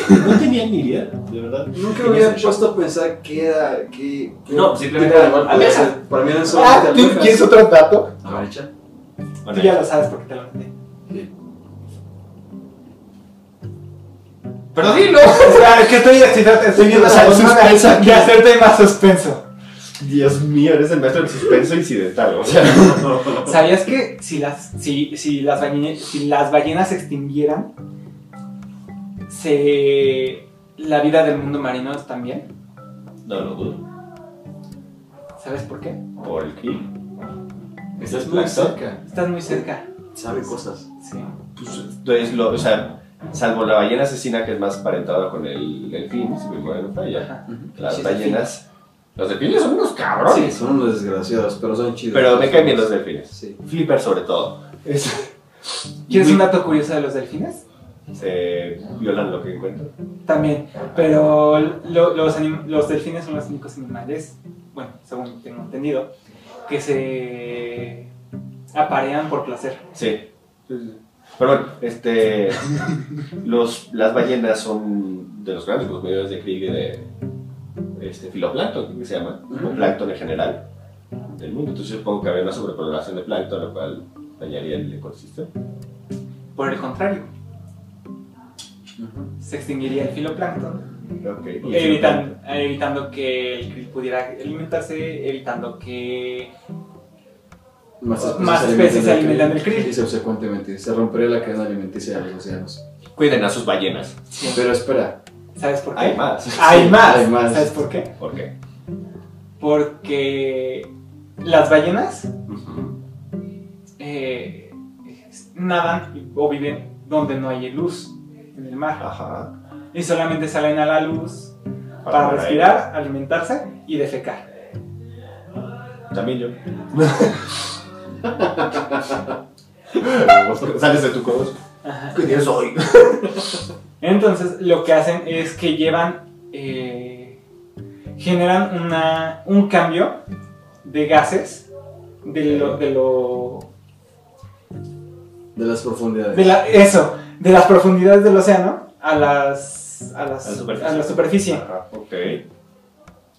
No tenía ni idea, de verdad. Nunca me Tenía había ese shock. puesto a pensar que era. Que, No, simplemente era almeja. Para mí eran Ah, solamente almejas. Ah, otro dato? A ver, echa. Bueno, Tú ya lo sabes porque te lo mandé. Pero dilo. O sea, es que estoy, estoy, estoy viendo Más la suspenso persona aquí. de hacerte más suspenso. Dios mío, eres el maestro del suspenso incidental. O sea, ¿Sabías que si las, si, si las, ballenas, si las ballenas se extinguieran, se, la vida del mundo marino también? no lo dudo. ¿Sabes por qué? Por el kill. Estás muy muy cerca. Estás muy cerca. Sabe cosas. Sí. Pues, entonces, lo, o sea, salvo la ballena asesina que es más parentada con el delfín, si me acuerdo, falla. Ajá. Las Sí, ballenas. Los delfines son unos cabrones. Son unos desgraciados, pero son chidos. Pero me caen bien los delfines. Sí. Flipper sobre todo. Es- ¿Quieres un dato curioso de los delfines? Eh, violan lo que encuentran. También, pero lo- los, anim- los delfines son los únicos animales, bueno, según tengo entendido, que se aparean por placer. Sí. Pero bueno, este, los, las ballenas son de los grandes consumidores de krill y de este, filoplancton, creo que se llama, o plancton en general del mundo. Entonces supongo que habría una sobrepoblación de plancton, lo cual dañaría el ecosistema. Por el contrario, se extinguiría el filoplancton, Okay. evitan- evitando que el krill pudiera alimentarse, evitando que... Más especies, Más especies se alimentan del krill. Y subsecuentemente se rompería la cadena alimenticia de los océanos. Cuiden a sus ballenas. Pero espera, ¿Sabes por qué? Hay más. Hay más. hay más. ¿Sabes por qué? ¿Por qué? Porque las ballenas eh, nadan o viven donde no hay luz en el mar. Ajá. Y solamente salen a la luz para, respirar, alimentarse y defecar. También yo. Sales de tu codo. ¿Qué tienes hoy? Entonces lo que hacen es que llevan, eh, generan una, un cambio de gases de lo, de lo de las profundidades. de la- eso, de las profundidades del océano a las, a las- A la superficie. A la superficie. Ajá, ok.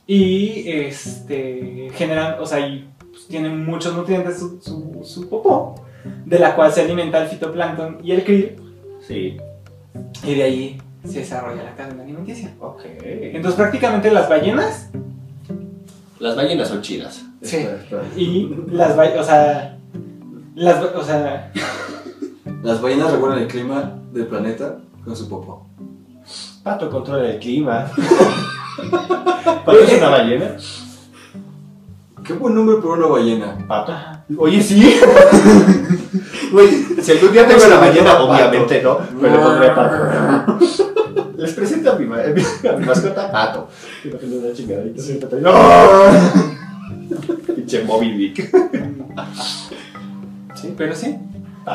Y este generan, o sea, y tiene muchos nutrientes su, su, su popó, de la cual se alimenta el fitoplancton y el krill, Sí. y de ahí se desarrolla la cadena alimenticia. Ok. Entonces prácticamente las ballenas Las ballenas son chidas. Sí. Espera, espera. y las ballenas, o sea, las, ba- o sea, Las ballenas regulan el clima del planeta con su popó. Pato controla el clima. ¿Pato es una ballena? Qué buen nombre para una ballena. Pato. Oye, sí. Güey, si algún día tengo Pues, una ballena, pato. obviamente no, pero le pondré pato. Les presento a mi, ma- a mi mascota pato. Imagínate una chingadita, así, pato, y ¡No! Pinche Moby Dick. sí, pero sí.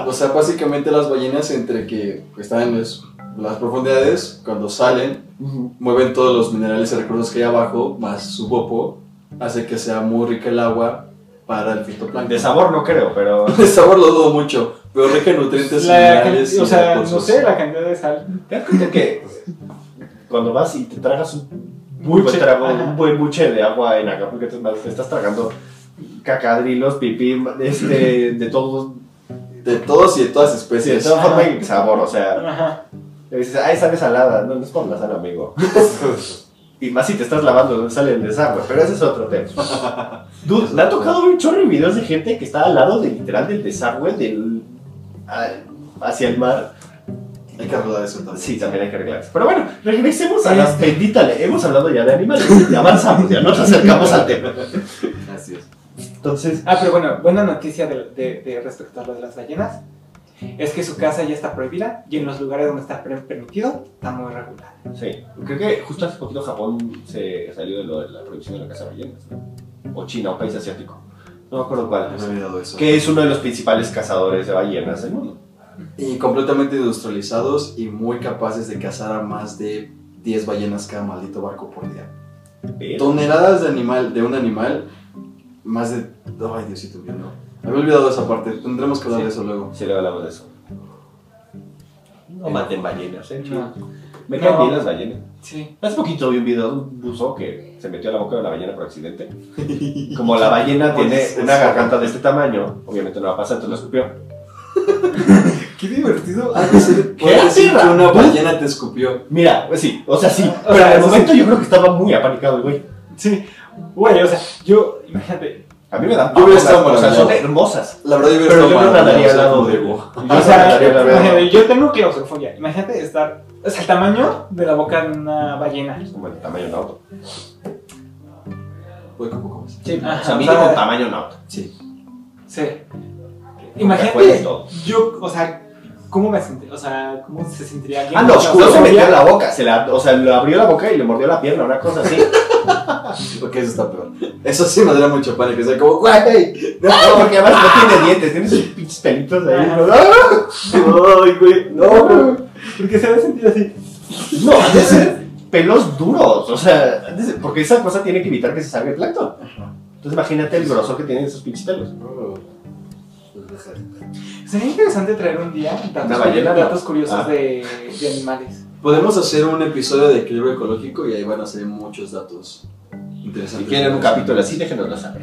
O sea, básicamente las ballenas entre que están en las- las profundidades, cuando salen, mueven todos los minerales y recursos que hay abajo, más su popo, hace que sea muy rica el agua para el De fitoplancton. sabor no creo, pero. De sabor lo dudo mucho, pero rica en nutrientes y La can- minerales y o sea, no recursos. sé, la cantidad de sal. ¿Te das cuenta que cuando vas y te tragas un muy buen Buche, trago, ajá. un buen buche de agua en acá, porque te, te estás tragando cacadrilos, pipí, este, de todos, De todos y de todas sí, de especies. toda forma y sabor, o sea, Ajá. y dices, ay, sabe salada, no, no es por la sal, amigo. Y más si te estás lavando, no sale el desagüe, pero ese es otro tema. Dude, me ha tocado ver un chorro de videos de gente que está al lado de, literal del desagüe del, a- hacia el mar Hay que hablar de eso también. Sí, también hay que arreglarse. Pero bueno, regresemos a este. las benditas. le- Hemos hablado ya de animales, ya avanzamos, ya nos acercamos al tema. Así es. Entonces, Ah, pero bueno, buena noticia de, de- de respecto a lo de las ballenas es que su casa ya está prohibida y en los lugares donde está pre- permitido está muy regulada. sí, creo que justo hace poquito Japón se salió de, lo de la prohibición de la caza de ballenas, ¿no? O China, un país asiático. No me acuerdo cuál. No he olvidado eso. Que es uno de los principales cazadores de ballenas del mundo. Y completamente industrializados y muy capaces de cazar a más de 10 ballenas cada maldito barco por día. Pero- Toneladas de animal, de un animal, más de... Ay, Diosito mío, no. Había olvidado esa parte, tendremos que hablar de eso luego. Sí, le hablamos de eso. No maten ballenas, ¿eh? chido. Me No. caen bien las ballenas. Sí. Hace poquito vi un video de un buzo que se metió a la boca de una ballena por accidente. Como la ballena tiene Pues, una es- garganta de este tamaño, obviamente no la pasa, entonces lo escupió. Qué divertido. Ah, no sé, puedes decir que haces, una Raúl? ballena te escupió. Mira, pues sí, o sea, sí. O pero sea, en el eso momento yo creo que estaba muy apanicado el güey. Sí. Güey, o sea, yo, imagínate. A mí me dan Yo hubiera pavor, estado las- O sea, son maravillado. hermosas. La verdad yo hubiera Pero yo no estado nadaría al maravillado, lado de o vos. sea, Yo O sea, nadaría al lado de- imagínate, yo tengo claustrofobia. Imagínate estar. O sea, el tamaño de la boca de una ballena. Es Como el tamaño de un auto. Voy con poco más. Sí, Ajá, o sea, o mínimo sea, tamaño de un auto. Sí. Sí. acuerdes Imagínate, todo. yo, o sea, ¿cómo me sentí? O sea, ¿cómo se sentiría alguien Ah, con no, no se claustrofobia? metió en la boca. Se la, o sea, le abrió la boca y le mordió la pierna, una cosa así. Ok, eso está peor. Eso sí me daría mucho pánico. O sea, como, güey, no, No, porque además no tiene dientes, tiene sus pinches pelitos de ahí. Ajá. ¿no? ¡Ah! ay, güey, no. Porque se va a sentir así. No, han de ser pelos duros, o sea, han de ser- porque esa cosa tiene que evitar que se salga el plancton. Entonces imagínate el grosor que tienen esos pinches pelos. Sería interesante traer un día datos, Una ballena, ¿no? datos curiosos Ah. de, de animales. Podemos hacer un episodio de equilibrio ecológico y ahí van a salir muchos datos Si interesantes. quieren un capítulo así, déjenoslo saber.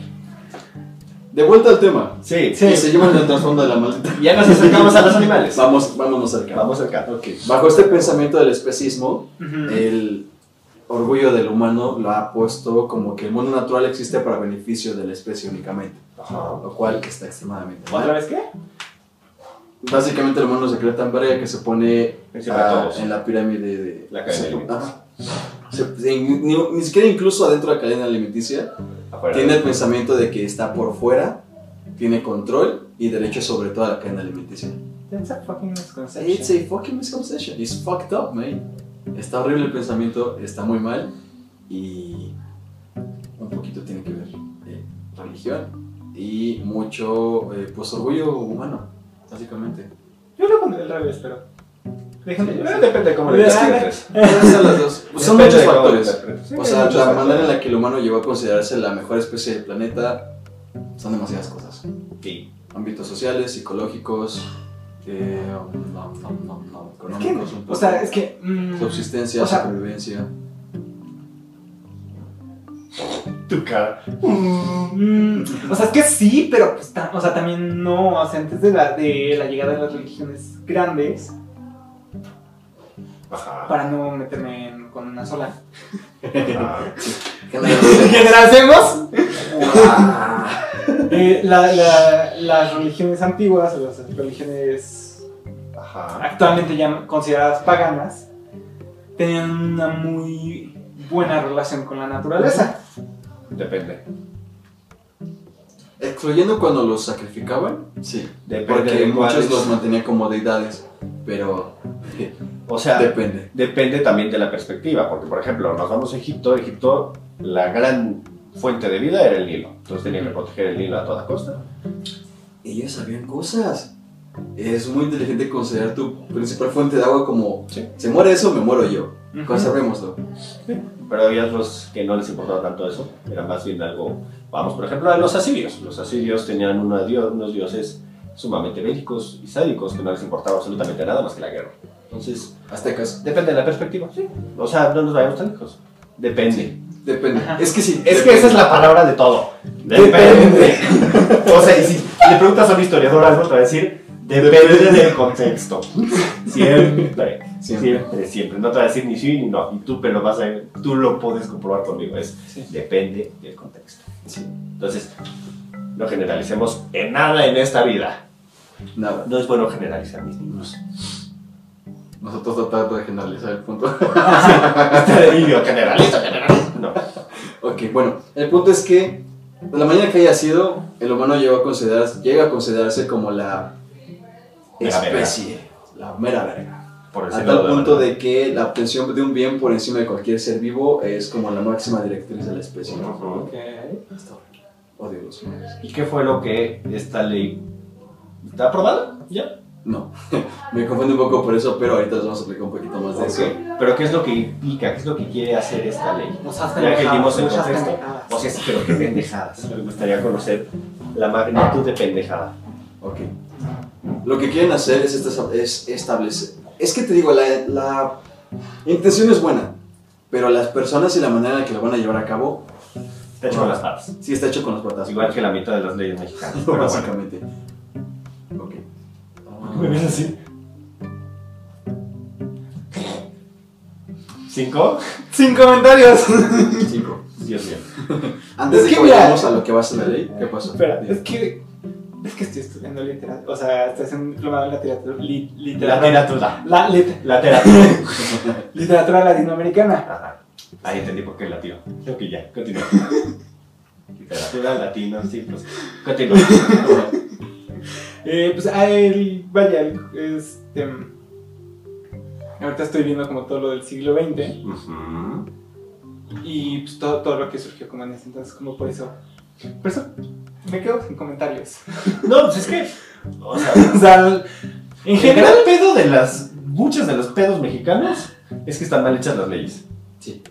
De vuelta al tema. Sí, Que se llevan el trasfondo de la maldita. Ya nos acercamos a los animales. Vamos, vámonos cerca. Vamos al gato. Ok. Bajo este pensamiento del especismo, Eh, el orgullo del humano lo ha puesto como que el mundo natural existe para beneficio de la especie únicamente, Ajá. lo cual que está extremadamente mal. ¿Otra vez qué? Básicamente el humano se cree tan verga que se pone Encima de ah, todos. en la pirámide de La cadena se- alimenticia. ajá. Se- se- ni, ni siquiera incluso adentro de la cadena alimenticia Afuera. tiene el pensamiento de que está por fuera, tiene control y derecho sobre toda la cadena alimenticia. That's a fucking It's misconception. a fucking misconception. It's fucked up, man. Está horrible el pensamiento, está muy mal y un poquito tiene que ver eh, religión y mucho eh, pues orgullo humano, básicamente. Yo lo pondré al revés, pero. Déjame. Eh, Depende de cómo le Mira, es que- interpretes. Esas son las dos. Pues Son Depende muchos de cómo lo factores. interpretes. Sí, O sea, muchos la factores. manera en la que el humano llegó a considerarse la mejor especie del planeta son demasiadas cosas. Sí. ámbitos sociales, psicológicos, eh, no, no, no, no, Es que, económicos, un poco. o sea, es que. mm, subsistencia, o sea- supervivencia. Tu cara. Mm, o sea, es que sí, pero pues, ta- o sea, también no. O sea, antes de la, de la llegada de las religiones grandes, Ajá. para no meterme en- con una sola. Ajá. Generalicemos. Eh, la- la- las religiones antiguas, o las religiones Ajá. actualmente ya consideradas paganas, tenían una muy buena relación con la naturaleza. Depende. Excluyendo cuando los sacrificaban, sí. Depende Porque de muchos cuáles- los mantenían como deidades, pero O sea, depende. depende también de la perspectiva, porque por ejemplo, nos vamos a Egipto, Egipto, la gran fuente de vida era el Nilo, entonces tenían que proteger el Nilo a toda costa. Ellos sabían cosas. Es muy inteligente considerar tu principal fuente de agua como Sí. se muere eso, me muero yo. Ujú. Conservémoslo. Pero había otros que no les importaba tanto eso, era más bien algo, vamos por ejemplo a los asirios, los asirios tenían una dio- unos dioses sumamente bélicos y sádicos que no les importaba absolutamente nada más que la guerra. Entonces, Aztecas. depende de la perspectiva, sí. O sea, no nos vayamos tan lejos. Depende. Depende. Ajá. Es que sí. Es que esa es la palabra de todo. Depende. o sea, y si le preguntas a un historiador algo, te va a decir, depende del contexto. Siempre, Siempre. siempre, siempre. No te va a decir ni sí ni no. Y tú, pero vas a, tú lo puedes comprobar conmigo. Es Sí. depende del contexto. Entonces, no generalicemos en nada en esta vida. Nada. No es bueno generalizar, mis niños. Nosotros tratamos de generalizar el punto. Este niño generaliza, generaliza. No. Ok, bueno, el punto es que de la manera que haya sido, el humano llegó a considerarse, llega a considerarse como la Mera verga. especie, la mera verga. Por A decirlo tal punto manera. de que la obtención de un bien por encima de cualquier ser vivo es como la máxima directriz de la especie. ¿no? Ujú. Hasta ahora. Odio los humanos. ¿Y qué fue lo que esta ley está aprobada? ¿Ya? No, me confundo un poco por eso, pero ahorita les vamos a explicar un poquito más de Ok, eso. Pero ¿qué es lo que implica? ¿Qué es lo que quiere hacer esta ley? Nos has Ya que dimos el muchas contexto. pendejadas. O sea, sí, pero qué pendejadas. Me gustaría conocer la magnitud de pendejada. Ok. Lo que quieren hacer es, esta- es establecer. Es que te digo, la, la intención es buena, pero las personas y la manera en la que lo van a llevar a cabo, Te echo con las patas. sí está hecho con las patas. Igual que la mitad de las leyes mexicanas. No, pero bueno. básicamente. Ok. Ah. así? ¿Cinco? Sin comentarios. Cinco. Dios mío. Antes Es de que que mira- vayamos a lo que va a ser la ley, ¿qué pasó? Espera, Dime. es que. Es que estoy estudiando literatura. O sea, estoy haciendo un diplomado en literatura. li- La literatura. teratura. La lit- La teratura. literatura latinoamericana. Ajá. Ahí entendí por qué latino. Creo que ya. Continúa. Literatura latina, sí, pues. Continúa. Eh, pues, ah, el- vaya, el- este. Ahorita estoy viendo como todo lo del siglo XX Ujú. y pues, todo, todo lo que surgió como en ese entonces, como por eso. Por eso me quedo sin comentarios. No, pues es que. O sea. o sea, en El general. gran pedo de las. Muchas de los pedos mexicanos es que están mal hechas las leyes.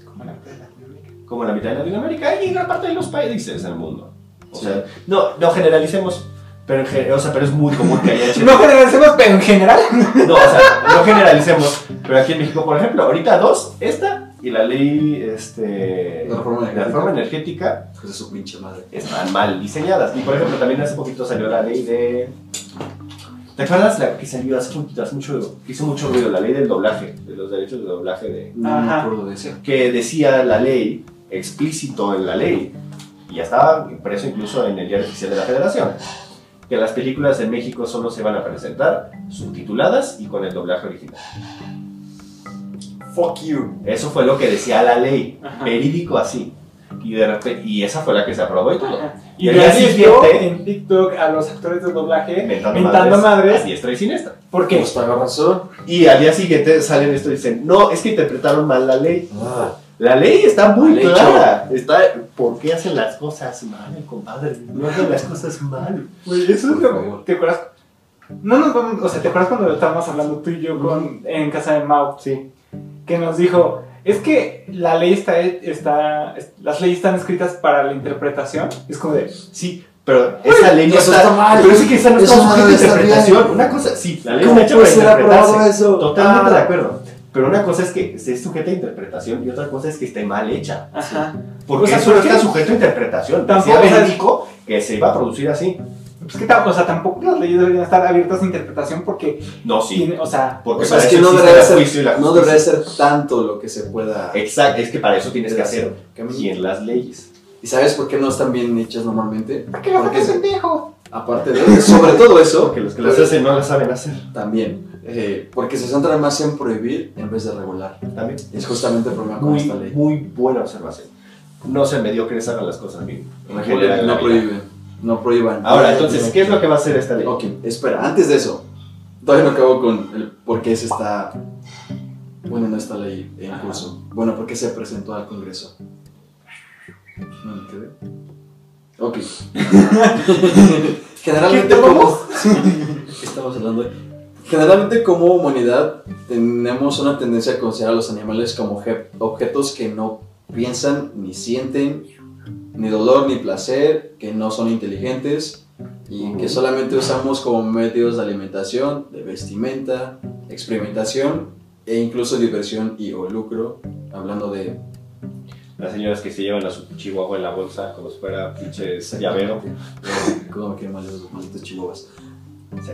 Como la de Latinoamérica. Como la mitad de Latinoamérica y gran parte de los países del mundo. O sea, no, no generalicemos. Pero, en gen- o sea, pero es muy común que haya hecho. No generalicemos, pero en general. No, o sea, no generalicemos. Pero aquí en México, por ejemplo, ahorita dos, esta y la ley, este. La reforma energética. la reforma energética Pues es su pinche madre. están mal diseñadas. Y por ejemplo, también hace poquito salió la ley de. ¿Te acuerdas la que salió hace poquito, hace mucho, hizo mucho ruido, la ley del doblaje, de los derechos de doblaje de, No me Ajá. acuerdo de ese. que decía la ley, explícito en la ley, y ya estaba impreso incluso en el diario oficial de la Federación, que las películas en México solo se van a presentar subtituladas y con el doblaje original. Fuck you. Eso fue lo que decía la ley, Ajá. verídico así. Y, de repente, y esa fue la que se aprobó y todo. Y El día ya siguió siguiente- en TikTok a los actores de doblaje Mentando, mentando a madres. diestra y siniestra. ¿Por qué? Pues paga razón. Y al día siguiente salen esto y dicen, no, es que interpretaron mal la ley. Ah, La ley está muy Mal hecho. clara. Está, ¿Por qué hacen las cosas mal, compadre? No hacen las cosas mal. Güey, eso es Por lo favor. ¿Te acuerdas? No nos vamos. O sea, ¿te acuerdas cuando estábamos hablando tú y yo con, en casa de Mau? Sí. Que nos dijo. Es que la ley está, está. es- Las leyes están escritas para la interpretación. Es como de. Sí, pero esa ley no eso está mal. Pero es que esa no está Eso no buscando debe estar interpretación. bien. Una cosa, sí, la ley ¿Cómo está hecha puede para ser aprobado interpretarse. eso? Totalmente Ah. de acuerdo. Pero una cosa es que esté sujeta a interpretación y otra cosa es que esté mal hecha. Ajá. Porque O Pues, sea, eso no ¿por qué? está sujeto a interpretación. Tampoco, Tampoco o sea, médico que se iba a producir así. Pues que tam- o sea, tampoco las leyes deberían estar abiertas a interpretación porque, No, sí. tiene- o sea, Porque o sea, para es que eso no existe debería, el juicio y la ser, no debería justicia. ser tanto lo que se pueda Exacto, es que para eso tienes que hacer Camino. bien las leyes. ¿Y sabes por qué no están bien hechas normalmente? ¿para qué lo Porque sacas se- pendejo? Aparte de sobre todo eso, Porque los que las hacen no las saben hacer. también, eh, porque se centran más en prohibir en vez de regular. También. Es justamente el problema con Muy, esta ley. muy buena observación. No sean mediocres, hagan las cosas bien. En No general, en prohíben, la no vida. prohíben. No prohíban. Ahora, entonces, ¿qué es lo que va a hacer esta ley? Ok, espera, antes de eso, todavía no acabo con el por qué se está. Bueno, no está ley en curso. Bueno, por qué se presentó al Congreso. No me quedé. Ok. Generalmente, ¿Qué, como. Estamos hablando de. Generalmente, como humanidad, tenemos una tendencia a considerar a los animales como obje- objetos que no piensan, ni sienten, ni dolor, ni placer, que no son inteligentes, y que solamente usamos como medios de alimentación, de vestimenta, experimentación e incluso diversión y o lucro, hablando de... Las señoras que se llevan a su chihuahua en la bolsa como si fuera pinche llavero. Como que mal los malditos chihuahuas.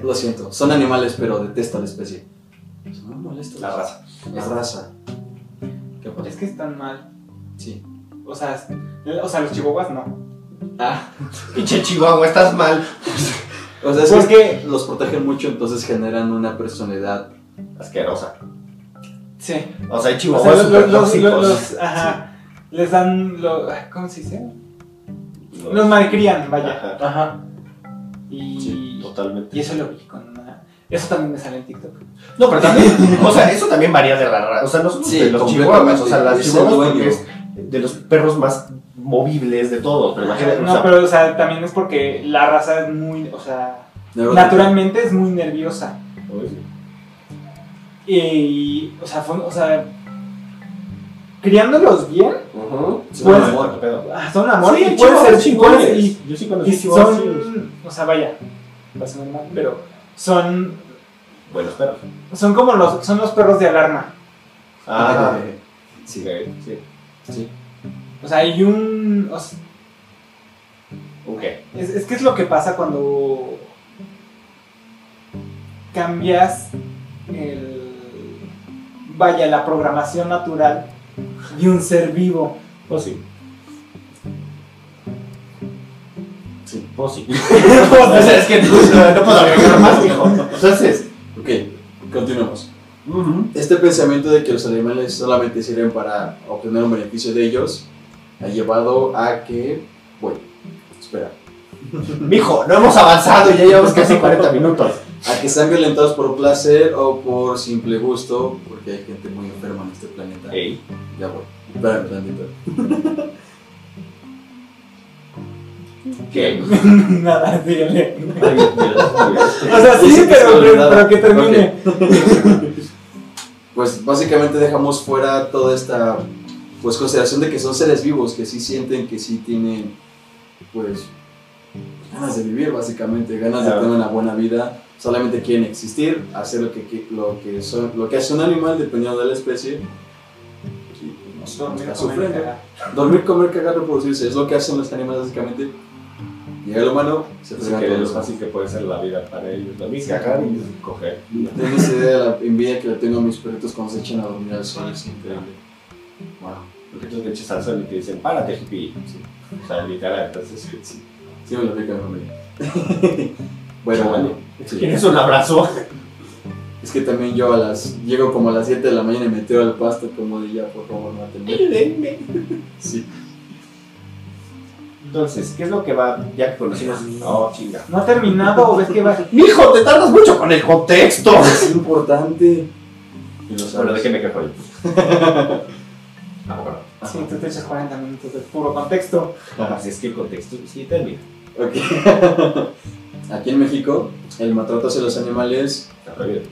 Lo siento, son animales pero detesto a la especie. Son muy molestos. La raza. La raza. ¿Qué pasa? Es que están mal. Sí. O sea, es- o sea, los chihuahuas no. Ah, Pinche chihuahua, estás mal. o sea, es ¿Por que los protegen mucho, entonces generan una personalidad. Asquerosa. Sí. O sea, hay O chihuahuas sea, los, super los- los- tóxicos. los- ajá, les dan, lo, ay, ¿cómo se dice? No, Los malcrían, vaya. Ajá. Ajá. Y, sí, totalmente. y eso lo vi con una... Eso también me sale en TikTok. No, pero también, o sea, eso también varía de la raza. O sea, no son Sí, de los chihuahuas, completamente. o sea, las Es el chihuahuas porque dueño. es de los perros más movibles de todos. Pero imagínate, o No, sea, pero o sea, también es porque la raza es muy, o sea, neuro- naturalmente es muy nerviosa. Uy, Y, o sea, fue- o sea, criándolos bien, ujú. Sí, Bueno, amor. bueno, qué pedo. ah, son amor Sí, y chihuahuas pueden ser chingones. chingones y, Yo sí conocí y chihuahuas chidos. son, o sea, vaya, va a sonar mal, pero son, Buenos perros. son como los, son los perros de alarma. Ah, sí, sí. sí. sí. O sea, hay un, o sea, Ok. es, es que es lo que pasa cuando cambias el, vaya, la programación natural de un ser vivo. Pues sí. Sí. Pues sí. o sea, es que no, no puedo agregar más, hijo. Entonces. Ok, continuamos. este pensamiento de que los animales solamente sirven para obtener un beneficio de ellos ha llevado a que, bueno, espera, Mijo, no hemos avanzado, ya llevamos casi 40 minutos. a que sean violentados por placer o por simple gusto, porque hay gente muy enferma en este planeta. Ey. Ya voy, espérame tantito. ¿Qué? Nada, dígale. Ay, Dios mío. O sea, sí, Dice que se pero, me olvidaba. pero que termine. Pues básicamente dejamos fuera toda esta pues consideración de que son seres vivos, que sí sienten, que sí tienen pues ganas de vivir básicamente, ganas de Claro. tener una buena vida, solamente quieren existir, hacer lo que, qui- lo que, son, lo que hace un animal dependiendo de la especie. Y, pues, no sé, está sufriendo. Dormir, comer, cagar, reproducirse, es lo que hacen los animales básicamente. Llega el humano, se Así frega que todo lo eso. fácil que puede ser la vida para ellos. La misma cagar y coger. No Tienes idea de la envidia que le tengo a mis perritos cuando se echan a dormir al sol, es increíble. Wow. Porque tú le echas al sol y te dicen, párate, hippie. Sí. O sea, literal, entonces. sí, sí. Sí, me lo pica mi familia. bueno, Chaval. bueno. sí. ¿Quieres un abrazo? Es que también yo a las. Llego como a las 7 de la mañana y me tiro al pasto como de ya, por favor, mátenme. Sí. Entonces, ¿qué es lo que va? Ya que conocimos. Oh, chinga. No ha terminado, o ves que va. Mijo, te tardas mucho con el contexto. Oh, Es importante. Y lo Bueno, sabes. déjeme que fue. Ah, bueno. Sí, tú te echas 40 minutos de puro contexto. Así es que el contexto sí termina. Ok. Aquí en México, el maltrato hacia los animales Está prohibido.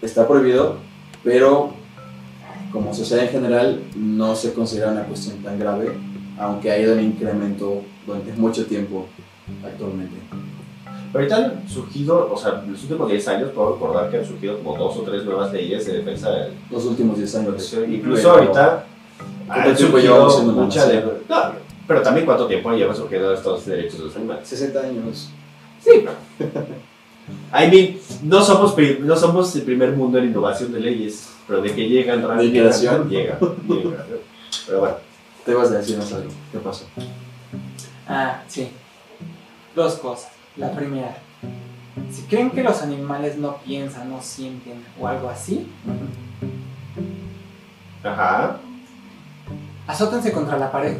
está prohibido, pero como sociedad en general no se considera una cuestión tan grave, aunque ha ido en incremento durante mucho tiempo actualmente. Pero ahorita han surgido, o sea, en los últimos 10 años puedo recordar que han surgido como dos o tres nuevas leyes de defensa del Los últimos 10 años. Incluso Pero- ahorita ¿Cuánto han tiempo surgido llevamos siendo mucha nación? de- No, pero también cuánto tiempo lleva surgiendo estos derechos de los animales. 60 años. Sí. I mean, no somos, pri- no somos el primer mundo en innovación de leyes, pero de que llegan rápido. creación. Llega, llega. Pero bueno, Te vas a decir más algo. ¿Qué pasó? Ah, sí. Dos cosas. La primera, si creen que los animales no piensan, no sienten o algo así, ajá. azótense contra la pared.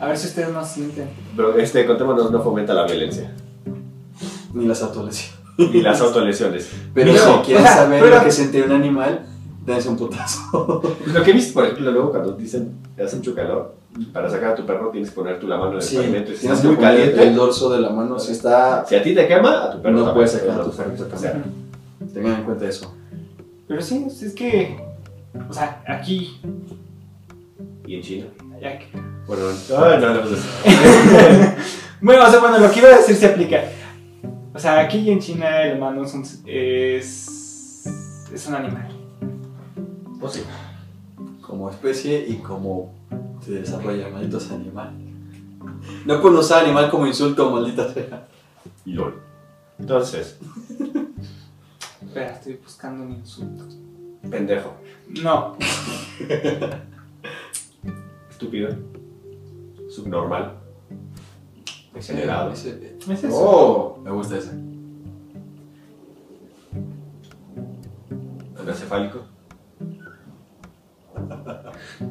A ver si ustedes no sienten. Pero este, contémonos, no fomenta la violencia. Ni las autolesiones. Y las autolesiones. Pero Mira, si quieres o sea, saber pero- lo que siente un animal, dense un putazo. Pues Lo que viste, por ejemplo, luego cuando dicen, te hace mucho calor, para sacar a tu perro tienes que poner tú la mano en el pavimento. Y si tienes estás que muy poner caliente, el dorso de la mano. Si está. si a ti te quema, a tu perro No también. puedes sacar a tu Entonces, perro. o sea, Tengan en cuenta eso. Pero sí, es es que. O sea, aquí. Y en China. aquí Bueno, no, no, pues no, no. Bueno, o sea, bueno, lo que iba a decir se aplica. O sea, aquí en China el humano es un, es, es un animal. Pues sí. como especie y como se desarrolla, maldito sea animal. No conozca animal como insulto, maldita sea. Y LOL. Entonces, Espera, estoy buscando un insulto. pendejo. No, Estúpido. Subnormal. Degenerado. Ese- es eso. Oh, me gusta ese. Acefálico.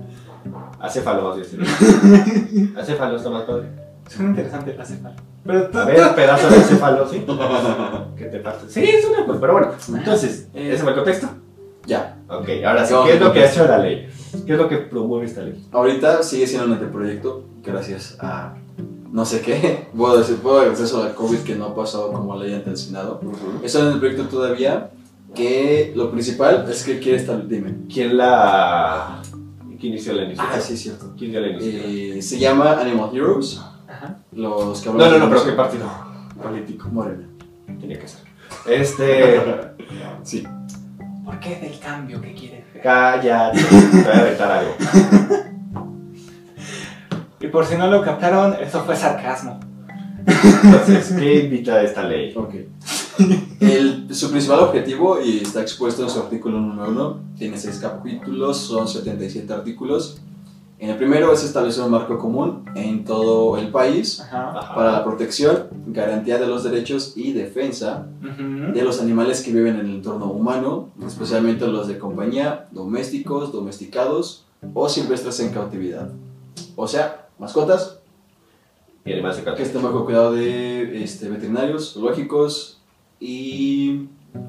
Acéfalo, más bien. Acéfalo está más padre. Suena interesante la cefal. Pero tú, A ver, pedazo de acéfalo, ¿sí? Que te partes. Sí, es una cosa, pero bueno. Ah. Entonces, Eh. ese fue el contexto. Ya, Ok, ahora sí, Vamos ¿qué es al lo que ha contexto. hecho la ley? ¿Qué es lo que promueve esta ley? ahorita sigue siendo un anteproyecto gracias a no sé qué. Puedo decir, puedo agradecer eso al COVID que no ha pasado como ley ante el Senado. Es un anteproyecto todavía que lo principal es que quiere estar. Dime. ¿Quién la. ¿Quién inició la iniciativa? Ah, sí, es cierto. ¿Quién dio la iniciativa? Eh, se llama Animal Heroes. Ajá. Los que No, no, no, de- pero ¿qué partido? Político. Morena. Tenía que ser. Este. Sí. ¿Por qué del cambio que quieren? Cállate. Te voy a aventar algo. y por si no lo captaron, eso fue sarcasmo. Entonces, ¿qué invita esta ley? Ok. El- su principal objetivo, y está expuesto en su artículo número 1, tiene 6 capítulos, son 77 artículos. En el primero es establecer un marco común en todo el país Ajá. Ajá. para la protección, garantía de los derechos y defensa Ujú. de los animales que viven en el entorno humano, especialmente los de compañía, domésticos, domesticados o silvestres en cautividad. O sea, mascotas, Y además se que canta. estén bajo cuidado de este, veterinarios, zoológicos y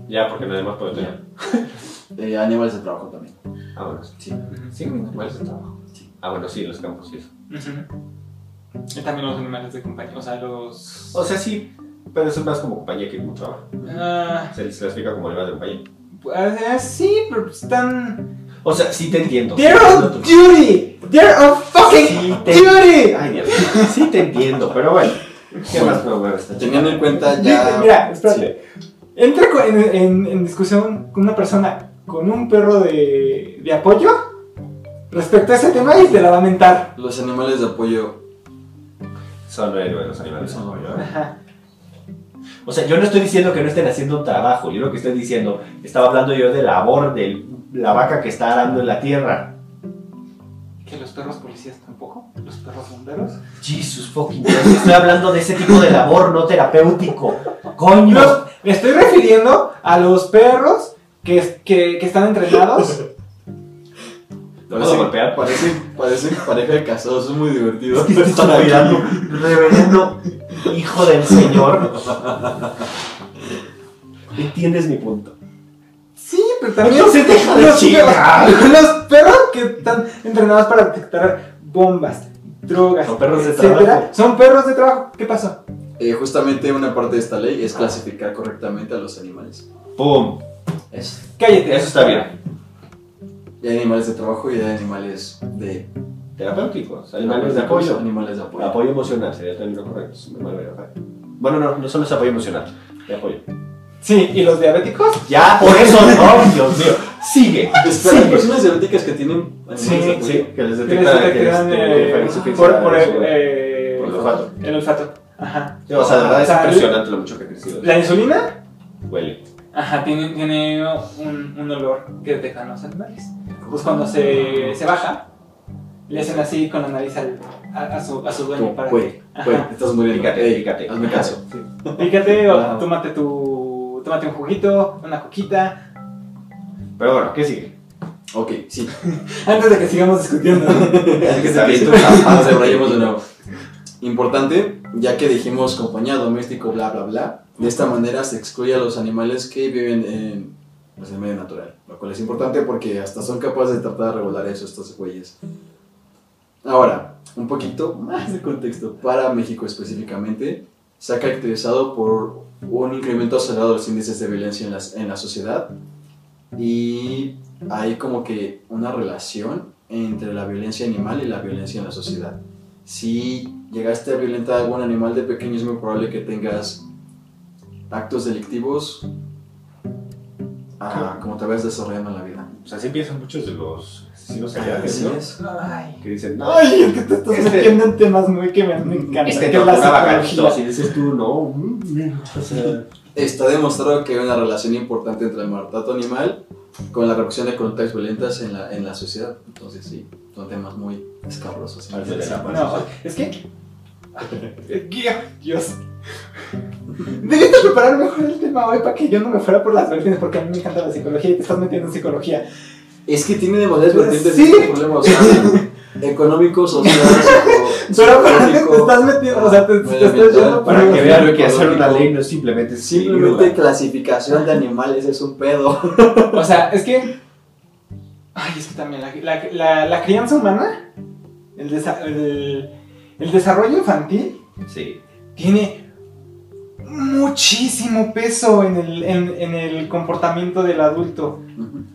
Ya, porque nadie más puede tener. eh, animales de trabajo también. Vámonos. Sí. Sí, animales de trabajo. Sí. Ah, bueno, sí, los campos y eso. Ujú. Y también los animales de compañía, o sea, los... O sea, sí, pero eso es más como compañía que como trabajo. Ah, Se les clasifica como animales de compañía. ah, sí, pero están... O sea, sí te entiendo. ¡They're on duty! ¡They're on fucking Sí te duty! Ay, Dios. Sí te entiendo, pero bueno. ¿Qué más promueve esta chica? Teniendo en cuenta Dice, ya... Mira, espérate. Entra co- en, en- en discusión con una persona con un perro de, de apoyo respecto a ese tema y te la va a mentar. sí, Los animales de apoyo. Son héroes los animales. Son héroes. ¿no? O sea, yo no estoy diciendo que no estén haciendo un trabajo. Yo lo que estoy diciendo, estaba hablando yo de labor de la vaca que está arando en la tierra. ¿Que los perros policías tampoco? ¿Los perros bomberos? Jesus fucking Christ. Estoy hablando de ese tipo de labor no terapéutico. Coño. Los- me estoy refiriendo a los perros que, es- que- que están entrenados. ¿Lo vas a golpear? Parece, parece pareja de casados, es muy divertido. Es que te están cuidando, reverendo hijo del Señor. ¿Entiendes mi punto? Sí, pero también No se deja de los, chingar. perros, los perros que están entrenados para detectar bombas, drogas, Son perros de etcétera, trabajo. Son perros de trabajo. ¿Qué pasó? Eh, justamente una parte de esta ley es clasificar correctamente a los animales. ¡Pum! Es- Cállate. Eso está bien. Y hay animales de trabajo y hay animales de... Terapéuticos, animales de apoyo. Animales de apoyo. Apoyo emocional sería el término correcto. si no me voy a enojar. ¿eh? Bueno, no, no solo es apoyo emocional. De apoyo. Sí, y los diabéticos. Ya, por eso, no, Dios mío. Sigue. Espera, hay personas diabéticas que tienen. animales de apoyo? Sí, que les que detectan les que detectan, eh, este, insuficiencia por, por, renal. eh, por el olfato. El olfato. Ajá. Sí, O sea, de verdad es O sea, impresionante lo mucho que ha crecido. La insulina Huele. Ajá, tiene, tiene un, un olor que dejan los animales. Pues cuando se, se baja, le hacen así con la nariz al, a, a su, a su dueño Como, para Güey, que. güey, Ajá. te estás muriendo. Fíjate, Ey, fíjate. Hazme caso. Fíjate, Wow. o Tómate tu. Tómate un juguito, una coquita. Pero bueno, ¿qué sigue? Ok, sí. Antes de que sigamos discutiendo. Que se se avienta empiece. una pata. Nos debrayemos ah, de nuevo. Importante, ya que dijimos compañía, doméstico, bla, bla, bla. De esta manera se excluye a los animales que viven en pues, el medio natural. Lo cual es importante porque hasta son capaces de tratar de regular eso estos güeyes. Ahora, un poquito más de contexto. Para México específicamente, se ha caracterizado por un incremento acelerado de los índices de violencia en la, en la sociedad y hay como que una relación entre la violencia animal y la violencia en la sociedad. Si llegaste a violentar a algún animal de pequeño es muy probable que tengas actos delictivos ah, como te ves desarrollando en la vida. O sea, así piensan muchos de los asesinos seriales, Así ¿no? es. Ay. Que dicen, no, Ay, es que te estás Este- metiendo en temas muy que me, me encantan. este que es la torturaba psicología. gatitos. Y dices tú, no. mm, O sea, Está demostrado que hay una relación importante entre el maltrato animal con la reducción de conductas violentas en la, en la sociedad. Entonces sí, son temas muy escabrosos. Al de la mano. No, es que. Guía, Dios. Debiste preparar mejor el tema hoy para que yo no me fuera por las vertientes, porque a mí me encanta la psicología y te estás metiendo en psicología. Es que tiene demasiadas Pues vertientes sí. este problema, o sea, económico, social, psico- Pero aparte te psicológico. estás metiendo, o sea, te, te estás yendo para. Para que vean lo que hacer una Ecológico. ley no es simplemente Simplemente seguirla. clasificación de animales es un pedo. O sea, es que. Ay, es que también la, la- la- la crianza humana, el, desa- el- el desarrollo infantil, Sí. tiene muchísimo peso en el, en- en el comportamiento del adulto.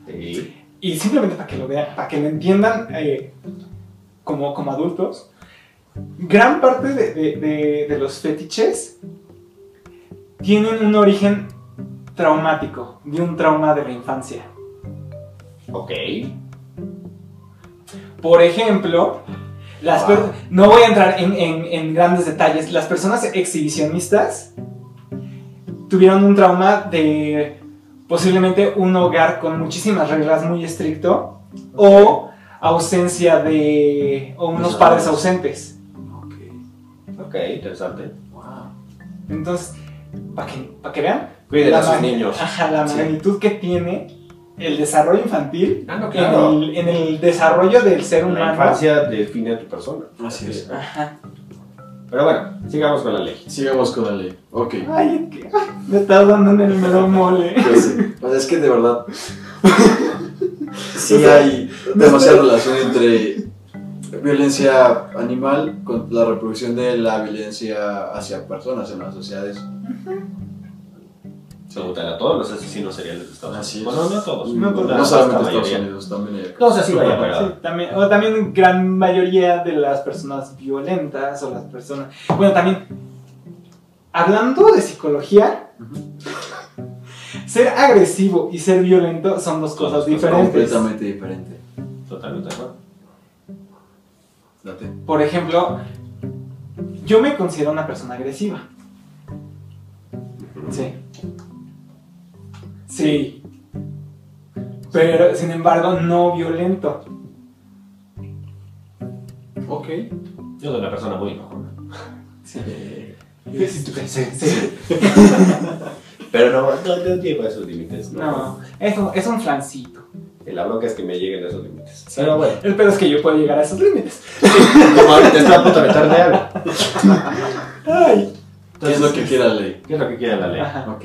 Sí. Y simplemente para que lo vean, para que lo entiendan eh, como, como adultos, gran parte de, de- de- de los fetiches tienen un origen traumático, de un trauma de la infancia. Ok. Por ejemplo, las Wow. per- no voy a entrar en, en- en grandes detalles. Las personas exhibicionistas tuvieron un trauma de posiblemente un hogar con muchísimas reglas muy estricto o ausencia de o unos Pues, padres ah, ausentes. Ok, Ok, interesante. wow. Entonces, para que, pa' que vean Cuiden a sus mani- niños. ajá, la Sí. magnitud que tiene el desarrollo infantil Ah, no, en, el, en el desarrollo del ser humano. La infancia define a tu persona. Así es. Ajá. Pero bueno, sigamos con la ley. Sigamos con la ley. Ok. Ay, que- ay, me estás dando en el mero mole. Yo sé. O sea, Pues, es que de verdad. sí O sea, hay demasiada relación entre violencia animal con la reproducción de la violencia hacia personas en las sociedades. Saludan a todos los asesinos seriales de Estados Unidos. Así es. Bueno, no a todos. No, pero la solamente vasta Estados mayoría. Unidos, también hay acá. Todos asesinos vayan Sí, también, o también gran mayoría de las personas violentas o las personas... Bueno, también, hablando de psicología, ser agresivo y ser violento son dos cosas diferentes. Completamente diferente. Totalmente de acuerdo. Date. Por ejemplo, yo me considero una persona agresiva. Sí. Sí. Pero, sin embargo, no violento. Ok. Yo soy una persona muy enojona. Sí, sí. Pero no, no, no llego a esos límites. No, es un, es un flancito. La bronca es que me lleguen a esos límites. Pero bueno. El pedo es que yo puedo llegar a esos límites. Como ahorita está a punto de meterle algo. Ay. ¿Qué es lo que quiere la ley? ¿Qué es lo que quiere la ley? Ajá. ah, Ok.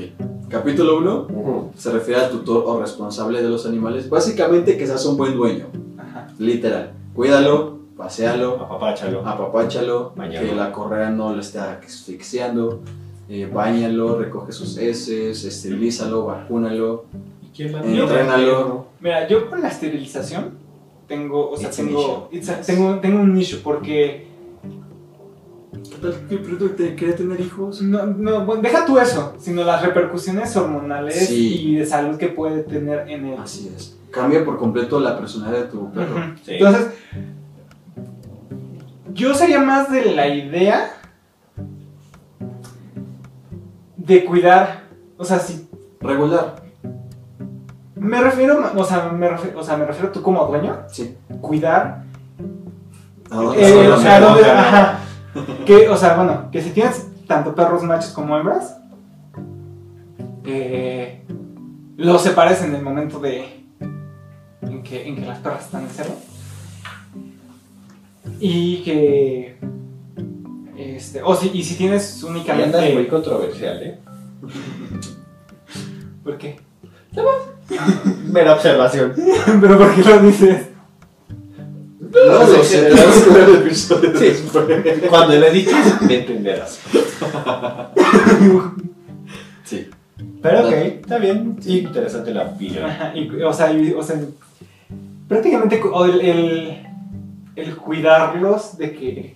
Capítulo 1. Ujú. se refiere al tutor o responsable de los animales. Básicamente que seas un buen dueño, Ajá. literal. Cuídalo, pasealo, Apapáchalo. apapáchalo, Báñalo. que la correa no lo esté asfixiando, eh, bañalo, recoge sus heces, esterilízalo, vacúnalo. ¿Y quién va Entrénalo. Mira, yo con la esterilización tengo, o sea, It's an tengo, it's a- tengo, tengo un nicho porque ¿Qué tal que Pluto te quería tener hijos? pues, No, no, bueno, deja tú eso, sino las repercusiones hormonales Sí. y de salud que puede tener en él. Así es. Cambia por completo la personalidad de tu perro. Ujú. Sí. Entonces, yo sería más de la idea de cuidar, o sea, si Regular. me refiero, o sea, me refiero, o sea, me refiero tú como dueño, Sí. cuidar, ¿A dónde eh, está la o sea, mejor? dónde- ¿no? ajá, que, o sea, bueno, que si tienes tanto perros machos como hembras, eh, los separes en el momento de en que, en que las perras están en celo y que este, o si, y si tienes Y andas muy únicamente controversial, ¿eh? ¿por qué? Mera observación. pero ¿por qué lo dices? No lo sé, tenemos que ver el episodio Sí. después. Cuando le dices, me entenderás. Sí. Pero ok, está bien. Sí, interesante la opinión. Ajá, y- o sea, y- o sea, prácticamente cu- o el, el- el cuidarlos de que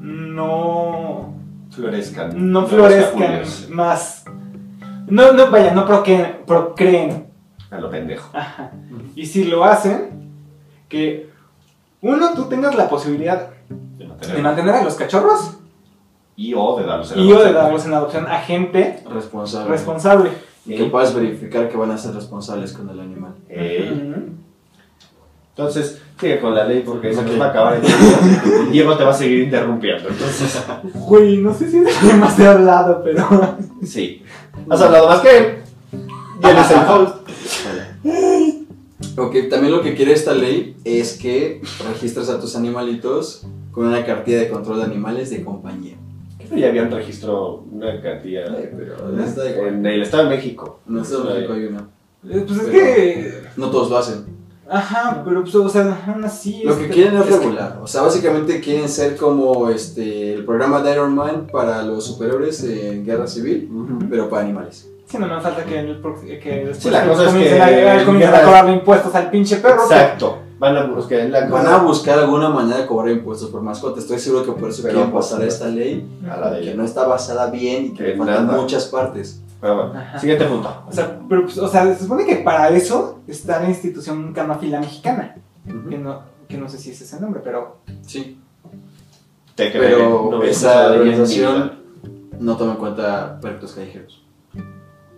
no Florezcan. no Julián, florezcan más. No, no, vaya, no procreen. procreen. A lo pendejo. Ajá. Y si lo hacen, que uno, tú tengas la posibilidad De de mantener. mantener a los cachorros Y o de darlos y o de darlos en adopción a gente Responsable. responsable. y que puedas verificar que van a ser responsables con el animal. Ey. Ujú. Entonces, sigue con la ley porque se Ok. nos va a acabar el tiempo. Diego te va a seguir interrumpiendo. Entonces, Güey, no sé si es demasiado hablado, pero. sí. Has hablado más que él. Y él es el host. Ok, también lo que quiere esta ley es que registres a tus animalitos con una cartilla de control de animales de compañía. Pero Ya habían registrado una cantidad Ay, pero está de- en el Estado de México. No sé dónde hay una. eh, Pues es Pero- que. No todos lo hacen. Ajá, pero pues, o sea, aún así. Lo este- que quieren es es que- regular. O sea, básicamente quieren ser como este el programa de Iron Man para los superiores en guerra civil, pero para animales. Sí, no me falta que, el prox- que después la cosa es comiencen que- a, comiencen a cobrarle impuestos al pinche perro. que- Exacto. Van a buscar en la Van a buscar alguna manera de cobrar impuestos por mascota. Estoy seguro que por Pero pues, eso quieren por pasar supuesto. esta ley a la de que no está basada bien y que le Que faltan nada. muchas partes. Pero bueno, Ajá. siguiente punto. O sea, pero, pues, o sea, se supone que para eso está la institución canófila mexicana, que no, que no sé si ese es el nombre, pero Sí. Te Pero creeré, no he escuchado esa de ella en mi organización- vida. No toma en cuenta perros callejeros.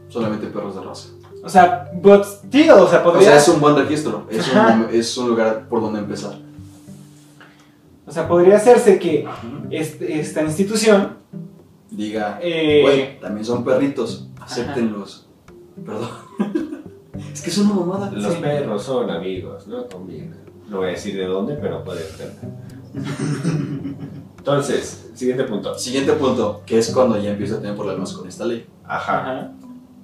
Solamente perros de raza. o sea, but still, o sea, O podría, sea, es un buen registro. Es un, Ajá. es un lugar por donde empezar. o sea, podría hacerse que este- esta institución Diga, eh, "Güey, también son perritos. Acéptenlos. Perdón. es que es una mamada. Los Sí. perros son amigos, no conviene. No voy a decir de dónde, pero puede ser. Entonces, siguiente punto. Siguiente punto, que es cuando ya empiezo a tener problemas con esta ley. Ajá. ajá,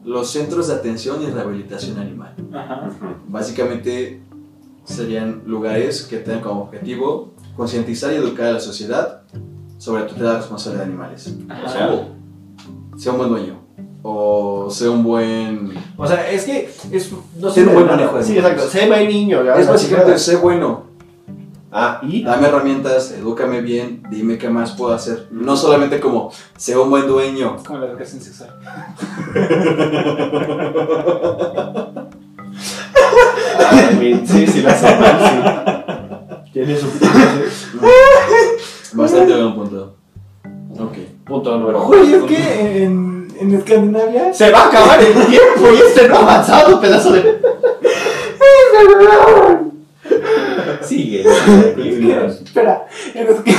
Los centros de atención y rehabilitación animal. ajá, Ujú. Básicamente serían lugares que tengan como objetivo concientizar y educar a la sociedad sobre la tutela responsable de animales. O O sea, sea, sea un buen dueño. O sea un buen. O sea, es que es, no Tiene sirve buen de nada. manejo de Sí, niños. exacto. Sé buen niño. la Es verdad, básicamente sí, sé bueno. nada. Ah, y Dame herramientas, edúcame bien, dime qué más puedo hacer. No solamente como sea un buen dueño. como la educación sexual. Ah, bien, sí, sí la sé mal, sí. Tiene su punto, sí. Bastante buen punto. Ok. punto número uno. Güey, es que en, en Escandinavia... Se va a acabar el tiempo y este no ha avanzado, pedazo de. Sigue. ¿Qué? Espera, en Esca-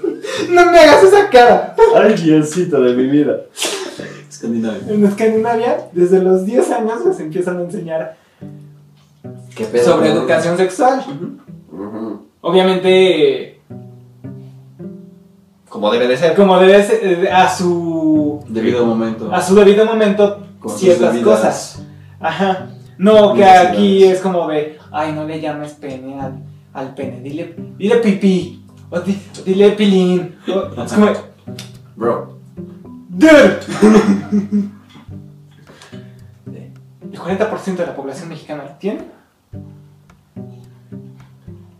no me hagas esa cara. Ay, Diosito de mi vida. Escandinavia. En Escandinavia, desde los 10 años les empiezan a enseñar ¿Qué pedo? sobre educación sexual. Obviamente, Como debe de ser. como debe ser, eh, a su Debido momento. a su debido momento Con sus ciertas debidas- cosas. Ajá. No, que Necesidades. aquí es como de, ay, no le llames pene al, al pene, dile, dile pipí, o di- dile pilín. o- es como, Bro. dude. El 40% de la población mexicana lo tiene.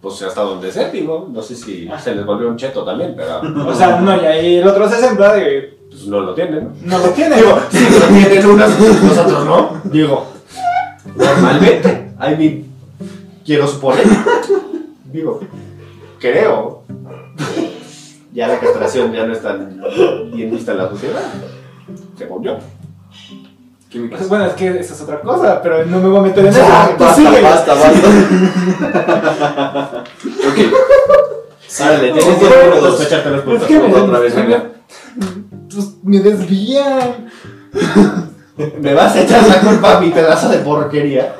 pues hasta donde sé, digo. No sé si se les volvió un cheto también, pero O sea, no, y ahí el otro se sembra de. pues, no lo tienen. No lo tiene. Digo, sí, lo tienen unas, nosotros no. Digo, normalmente, I mean, quiero suponer. Digo, creo. Ya la castración ya no es tan bien vista en la sociedad. Según yo. Química. Pues, bueno, es que esa es otra cosa, pero no me voy a meter en eso. Tú basta, pues, sigue. basta, basta. ok, Árale, tienes Ojo, que ojo, ojo. despecharte los Es puntos. que me, otra vez, venga. Pues, me desvían. Me vas a echar la culpa a mi pedazo de porquería.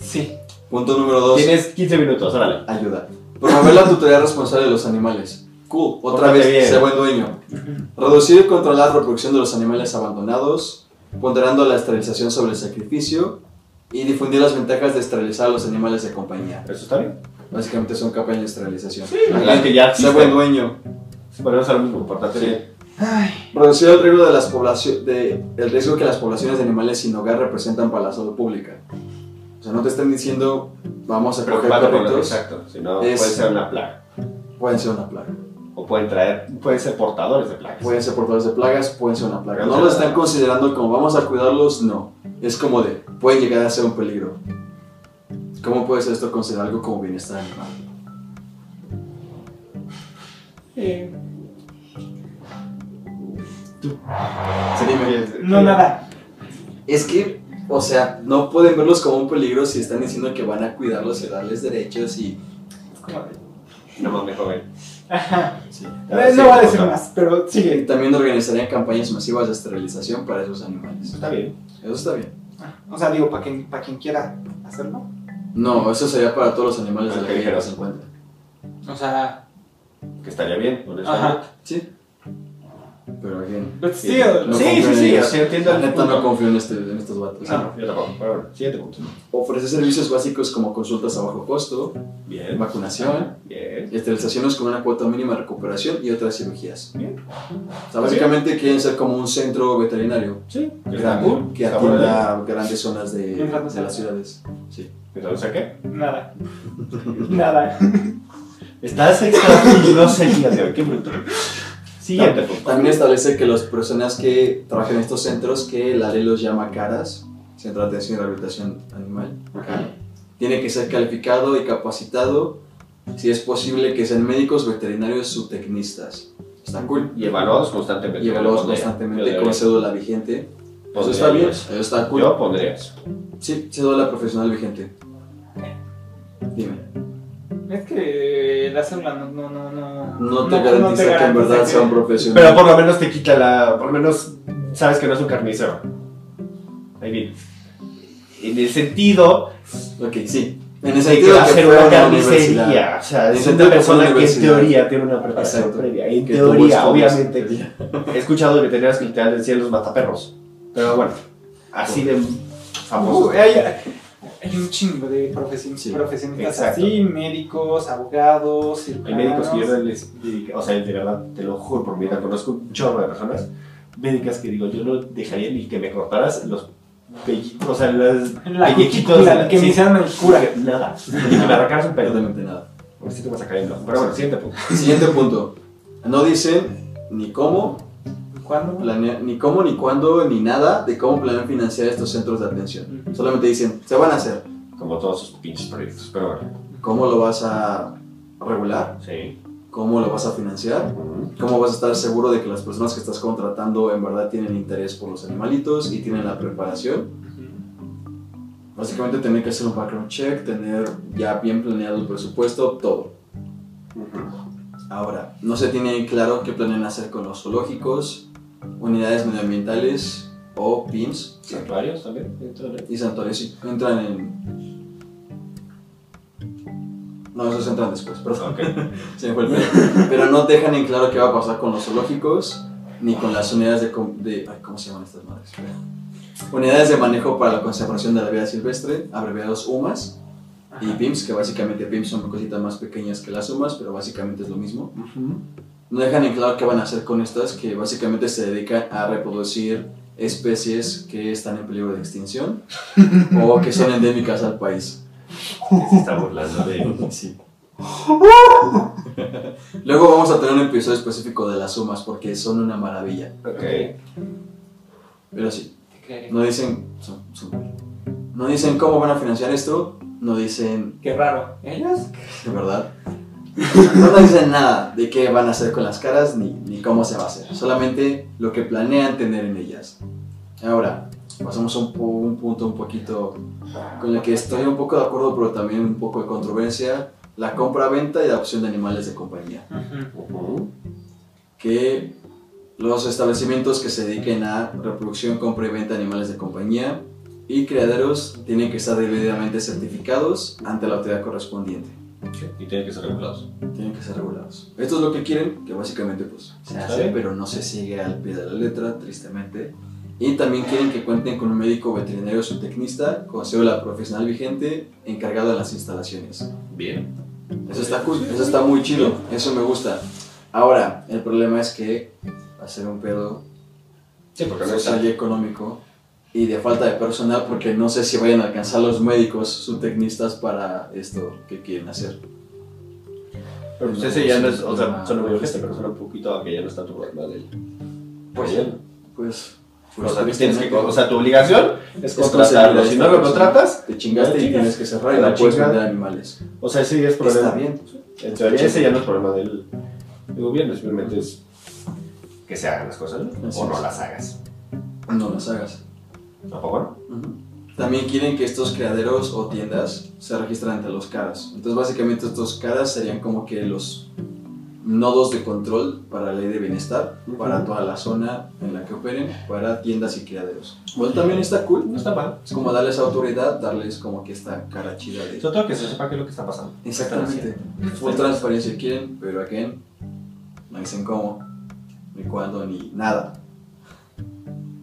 Sí. punto número 2. Tienes 15 minutos, órale. Ayuda. Promover la tutoría responsable de los animales. Cool. Otra Pórtate vez, bien. sé buen dueño. Reducir y controlar la reproducción de los animales abandonados, ponderando la esterilización sobre el sacrificio y difundir las ventajas de esterilizar a los animales de compañía. ¿Eso está bien? Básicamente son campañas de esterilización. la que ya sé existe. buen dueño. Sí, ponemos lo mismo, importante. bien. Reducir el riesgo, de las poblacio- de- el riesgo que las poblaciones de animales sin hogar representan para la salud pública. O sea, no te están diciendo, vamos a coger Preocupate por lo perritos, exacto. Si no, Es- puede ser una plaga. pueden ser una plaga. O pueden traer, pueden ser portadores de plagas. Pueden ser portadores de plagas, pueden ser una plaga. Pueden No ser lo plaga. están considerando como vamos a cuidarlos, no. Es como de, pueden llegar a ser un peligro. ¿Cómo puede ser esto considerar algo como bienestar animal? Eh, Sí, dime. no, nada. Es que, o sea, no pueden verlos como un peligro si están diciendo que van a cuidarlos y darles derechos y... Es como de- No mames, joven. Ajá. sí. Eh, no voy a decir más, pero Y sigue. también organizarían campañas masivas de esterilización para esos animales. Está bien. Eso está bien. O sea, digo, para quien, para quien quiera hacerlo. No, eso sería para todos los animales de la Ok, calle que pero- se encuentran. O sea, Que estaría bien, honestamente. ajá. Sí. Pero, again, But still. No sí, confío sí, en sí, ellos. sí, entiendo la el neta no punto. Ah. confío en, este- en estos vatos. No, yo tampoco. Pero bueno, siguiente punto. Ofrecer servicios básicos como consultas a bajo costo, Bien. vacunación, Bien. esterilizaciones con una cuota mínima de recuperación y otras cirugías. Bien. O sea, básicamente quieren ser como un centro veterinario Sí. Está grande cool. que Está bueno. atienda grandes zonas de, Enfermos. de las ciudades. Sí. Entonces, ¿a qué? Nada. Nada. Estás extrañoso el día de hoy. Qué bruto. Siguiente punto. También establece que las personas que trabajan en estos centros, que la ley los llama CARAS, Centro de Atención y Rehabilitación Animal, tiene que ser calificado y capacitado, si es posible que sean médicos, veterinarios, subtecnistas. Está cool. Y evaluados constantemente. Y evaluados Yo constantemente debería- con cédula vigente. Eso pondría está bien, eso. eso está cool. Yo pondría eso. Sí, cédula profesional vigente. Dime. Es que la célula no, no, no, no. No te No, garantiza no te que en garantiza verdad que- sea un profesional. Pero por lo menos te quita la. Por lo menos sabes que no es un carnicero. Ahí bien. En el sentido Ok, sí. En de el que sentido va a que ser fue una a la universidad. carnicería. O sea, es En el una sentido que fue a la persona que en universidad. teoría tiene una preparación Exacto. previa. En Que tuvo teoría, estudios. obviamente. He escuchado de veterinarios que literal decían los mataperros. Pero bueno, así de famoso. Uh, hay, hay un chingo de profesi- Sí, profesionistas exacto. así, médicos, abogados, Hay médicos que yo cirujanos. no les dedica- o sea, de verdad, te lo juro por mi vida, conozco un chorro de personas médicas que digo, yo no dejaría ni que me cortaras los pellitos, o sea, las La pellejitos cutícula, que me sí, hicieron el cura. que nada, ni que me arrancaras un pelo. Absolutamente nada. Por si te vas a caer el ojo. Pero bueno, siguiente punto. Siguiente punto. No dicen ni cómo, ¿Cuándo? planea- ni cómo, ni cuándo, ni nada de cómo planean financiar estos centros de atención. Solamente dicen, se van a hacer. Como todos sus pinches proyectos, pero bueno. ¿Cómo lo vas a regular? Sí. ¿Cómo lo vas a financiar? Ujú. ¿Cómo vas a estar seguro de que las personas que estás contratando en verdad tienen interés por los animalitos y tienen la preparación? Básicamente tener que hacer un background check, tener ya bien planeado el presupuesto, todo. Ujú. Ahora, no se tiene claro qué planean hacer con los zoológicos, unidades medioambientales o PINs Santuarios también. Entonces, y santuarios sí, entran en... No, esos entran después, perdón. Ok. Se me fue el pedo. Pero no dejan en claro qué va a pasar con los zoológicos ni con las unidades de. com- de- ay, ¿Cómo se llaman estas madres? Espera. Unidades de manejo para la conservación de la vida silvestre, abreviados UMAS y PIMS, que básicamente PIMS son cositas más pequeñas que las UMAS, pero básicamente es lo mismo. No dejan en claro qué van a hacer con estas, que básicamente se dedican a reproducir especies que están en peligro de extinción o que son endémicas al país. Se está burlando de. Sí. Luego vamos a tener un episodio específico de las sumas porque son una maravilla. Ok. Pero sí, Te creeré. no dicen. son- son- no dicen cómo van a financiar esto. No dicen. Qué raro. ¿Ellos? De verdad. No nos dicen nada de qué van a hacer con las caras ni, ni cómo se va a hacer. Solamente lo que planean tener en ellas. Ahora, pasamos a un, pu- un punto un poquito con el que estoy un poco de acuerdo, pero también un poco de controversia. La compra-venta y adopción de animales de compañía. Ujú. Ujú. que los establecimientos que se dediquen a reproducción, compra y venta de animales de compañía y criaderos tienen que estar debidamente certificados ante la autoridad correspondiente. Y tiene que ser regulados. Tienen que ser regulados. Esto es lo que quieren, que básicamente pues se Está hace, bien. pero no se sigue al pie de la letra, tristemente. Y también quieren que cuenten con un médico veterinario subtecnista con cédula profesional vigente encargado de las instalaciones. Bien. Eso está cool, eso está muy chido, eso me gusta. Ahora, el problema es que va a ser un pedo Sí, porque no social está. y económico y de falta de personal porque no sé si vayan a alcanzar los médicos subtecnistas para esto que quieren hacer. Pero pues ese ya no es, o sea, suena muy urgente, pero suena un poquito a que ya no está tu problema de él. Pues, Bien. Pues, O pues, sea, tienes que- tristemente, o sea, tu obligación es es conseguir contratarlo. a Si esta no lo persona. contratas, te chingaste y chingas. tienes que cerrar y La no puedes chingada. vender animales. o sea, ese ya es Está problema. bien. En teoría, ese ya no es problema del, del gobierno, simplemente es que se hagan las cosas ¿no? Así o no es. las hagas. pues, No las hagas. ¿Tampoco no? Ujú. También quieren que estos criaderos o tiendas se registren ante los caras. Entonces, básicamente, estos caras serían como que los nodos de control para la ley de bienestar, Ujú. para toda la zona en la que operen, para tiendas y criaderos. Bueno, también está cool. No está mal. Es como darles autoridad, darles como que esta cara chida de. Sobre todo que se sepa qué es lo que está pasando. Exactamente. Pues, Full transparencia quieren, pero again, no dicen cómo, ni cuándo, ni nada.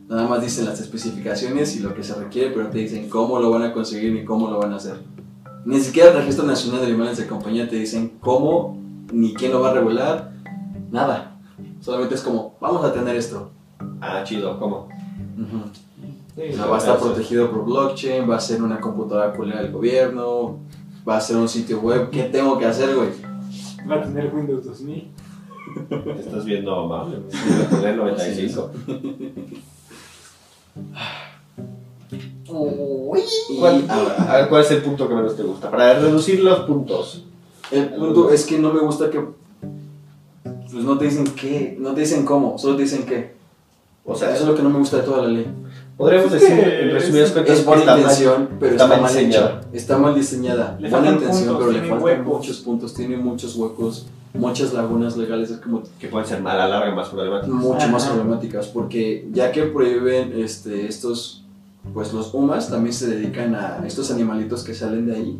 Nada más dicen las especificaciones y lo que se requiere, pero no te dicen cómo lo van a conseguir ni cómo lo van a hacer. Ni siquiera el Registro Nacional de Animales de Compañía te dicen cómo, ni quién lo va a regular, nada. Solamente es como, vamos a tener esto. Ah, chido, ¿cómo? Ujú. O sea, va a estar protegido por blockchain, va a ser una computadora culera del gobierno, va a ser un sitio web. ¿Qué tengo que hacer, güey? Va a tener Windows 2000. Te estás viendo amable. Voy a poner 95. Y ¿Cuál, ahora- a ver, ¿cuál es el punto que menos te gusta? Para reducir los puntos. El punto es que no me gusta que. Pues no te dicen qué, no te dicen cómo, solo te dicen qué. O O sea, sea, eso es lo que no me gusta de toda la ley. podríamos Es que decir, en resumidas cuentas, Es que buena está mal. intención, pero está está, mal mal diseñada. hecha. Está mal diseñada. Le buena faltan intención, puntos, pero le tiene faltan huecos. muchos puntos, tiene muchos huecos, muchas lagunas legales. Es como Que pueden ser a la larga más problemáticos. mucho Ajá. más problemáticas porque ya que prohíben este, estos, pues los humas también se dedican a estos animalitos que salen de ahí,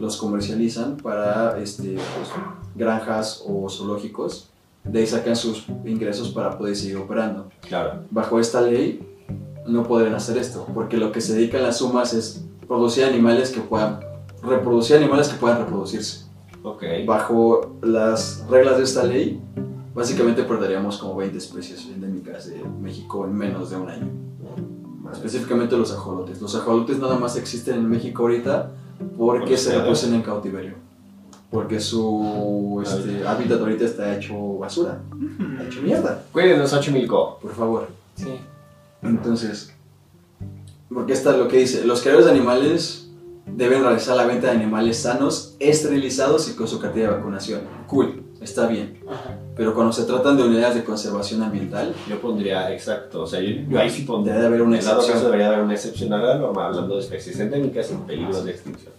los comercializan para este, pues, granjas o zoológicos, de ahí sacan sus ingresos para poder seguir operando. Claro. Bajo esta ley no podrían hacer esto porque lo que se dedican las humas es producir animales que puedan reproducir animales que puedan reproducirse Ok. bajo las reglas de esta ley, básicamente perderíamos como 20 especies endémicas de México en menos de un año. Específicamente los ajolotes. Los ajolotes nada más existen en México ahorita porque Porque se se- reproducen en cautiverio. Porque su este, hábitat ahorita está hecho basura, está hecho mierda, Cuídenos, Xochimilco. por favor. Sí. Entonces, porque esta es lo que dice, los criadores de animales deben realizar la venta de animales sanos, esterilizados y con su cartilla de vacunación. Cool, está bien. Ajá. Pero cuando se tratan de unidades de conservación ambiental, Yo pondría, exacto. O sea, yo, yo ahí sí pondría. debe haber una En dado caso excepción. debería haber una excepción a la norma hablando de especies endémicas en peligro de extinción.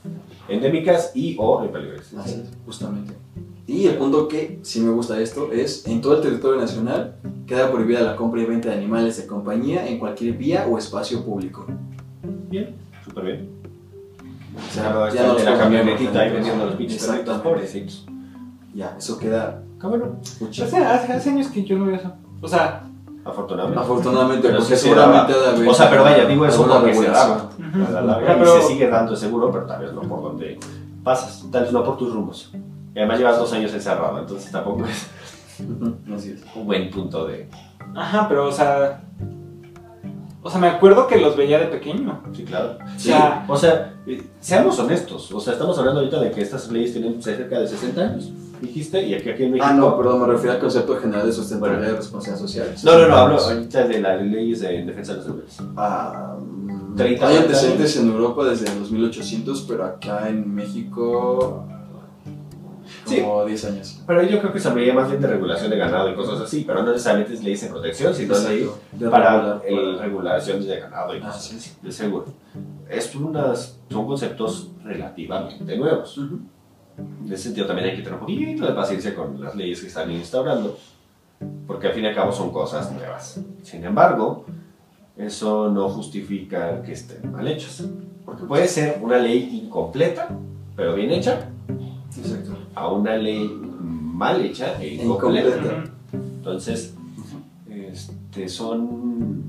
Endémicas y o en peligro de Así extinción. es, justamente. Y el punto que sí me gusta de esto es, en todo el territorio nacional queda prohibida la compra y venta de animales de compañía en cualquier vía o espacio público. Bien, súper bien. O Ya no está no el de los la compran camionetita ahí los vendiendo los pinches perritos Exactamente. pobrecitos. Ya, eso queda... Cabrón. O sea, hace, hace años que yo no veo eso. O sea, Afortunadamente. Afortunadamente, Pero porque sí se seguramente daba. ha de haber O sea, pero vaya, digo eso alguna porque se regulación. daba. ujú. A la larga, Pero- y se sigue dando seguro, pero tal vez no por donde pasas, tal vez no por tus rumbos. Y además llevas dos años encerrado, entonces tampoco es Ujú, Así es. un buen punto de... Ajá, pero o sea. O O sea, me acuerdo que los veía de pequeño. Sí, claro. Sí. Ya. O sea, eh, seamos honestos. O sea, estamos hablando ahorita de que estas leyes tienen cerca de 60 años, dijiste, y aquí, aquí en México. Ah, no, perdón, me refiero al concepto general de sustentabilidad y responsabilidad social. No, no, no, hablo ahorita de las leyes de defensa de los bebés. Ah, mm, 30 hay años. antecedentes en Europa desde 2800, pero acá en México Sí. como 10 años. Pero yo creo que se veía más bien de regulación de ganado y cosas así, pero no necesariamente es leyes en protección, sino Exacto, leyes de para regular, el, pues, para- regulación de ganado y Ah, cosas sí, así, de seguro. Es unas, son conceptos relativamente nuevos. Ujú. En ese sentido también hay que tener un poquito de paciencia con las leyes que están instaurando, porque al fin y al cabo son cosas nuevas. Sin embargo, eso no justifica que estén mal hechas, porque pues, puede ser una ley incompleta, pero bien hecha, Exacto. a una ley mal hecha e incompleta. Incompleta. Entonces, este, son...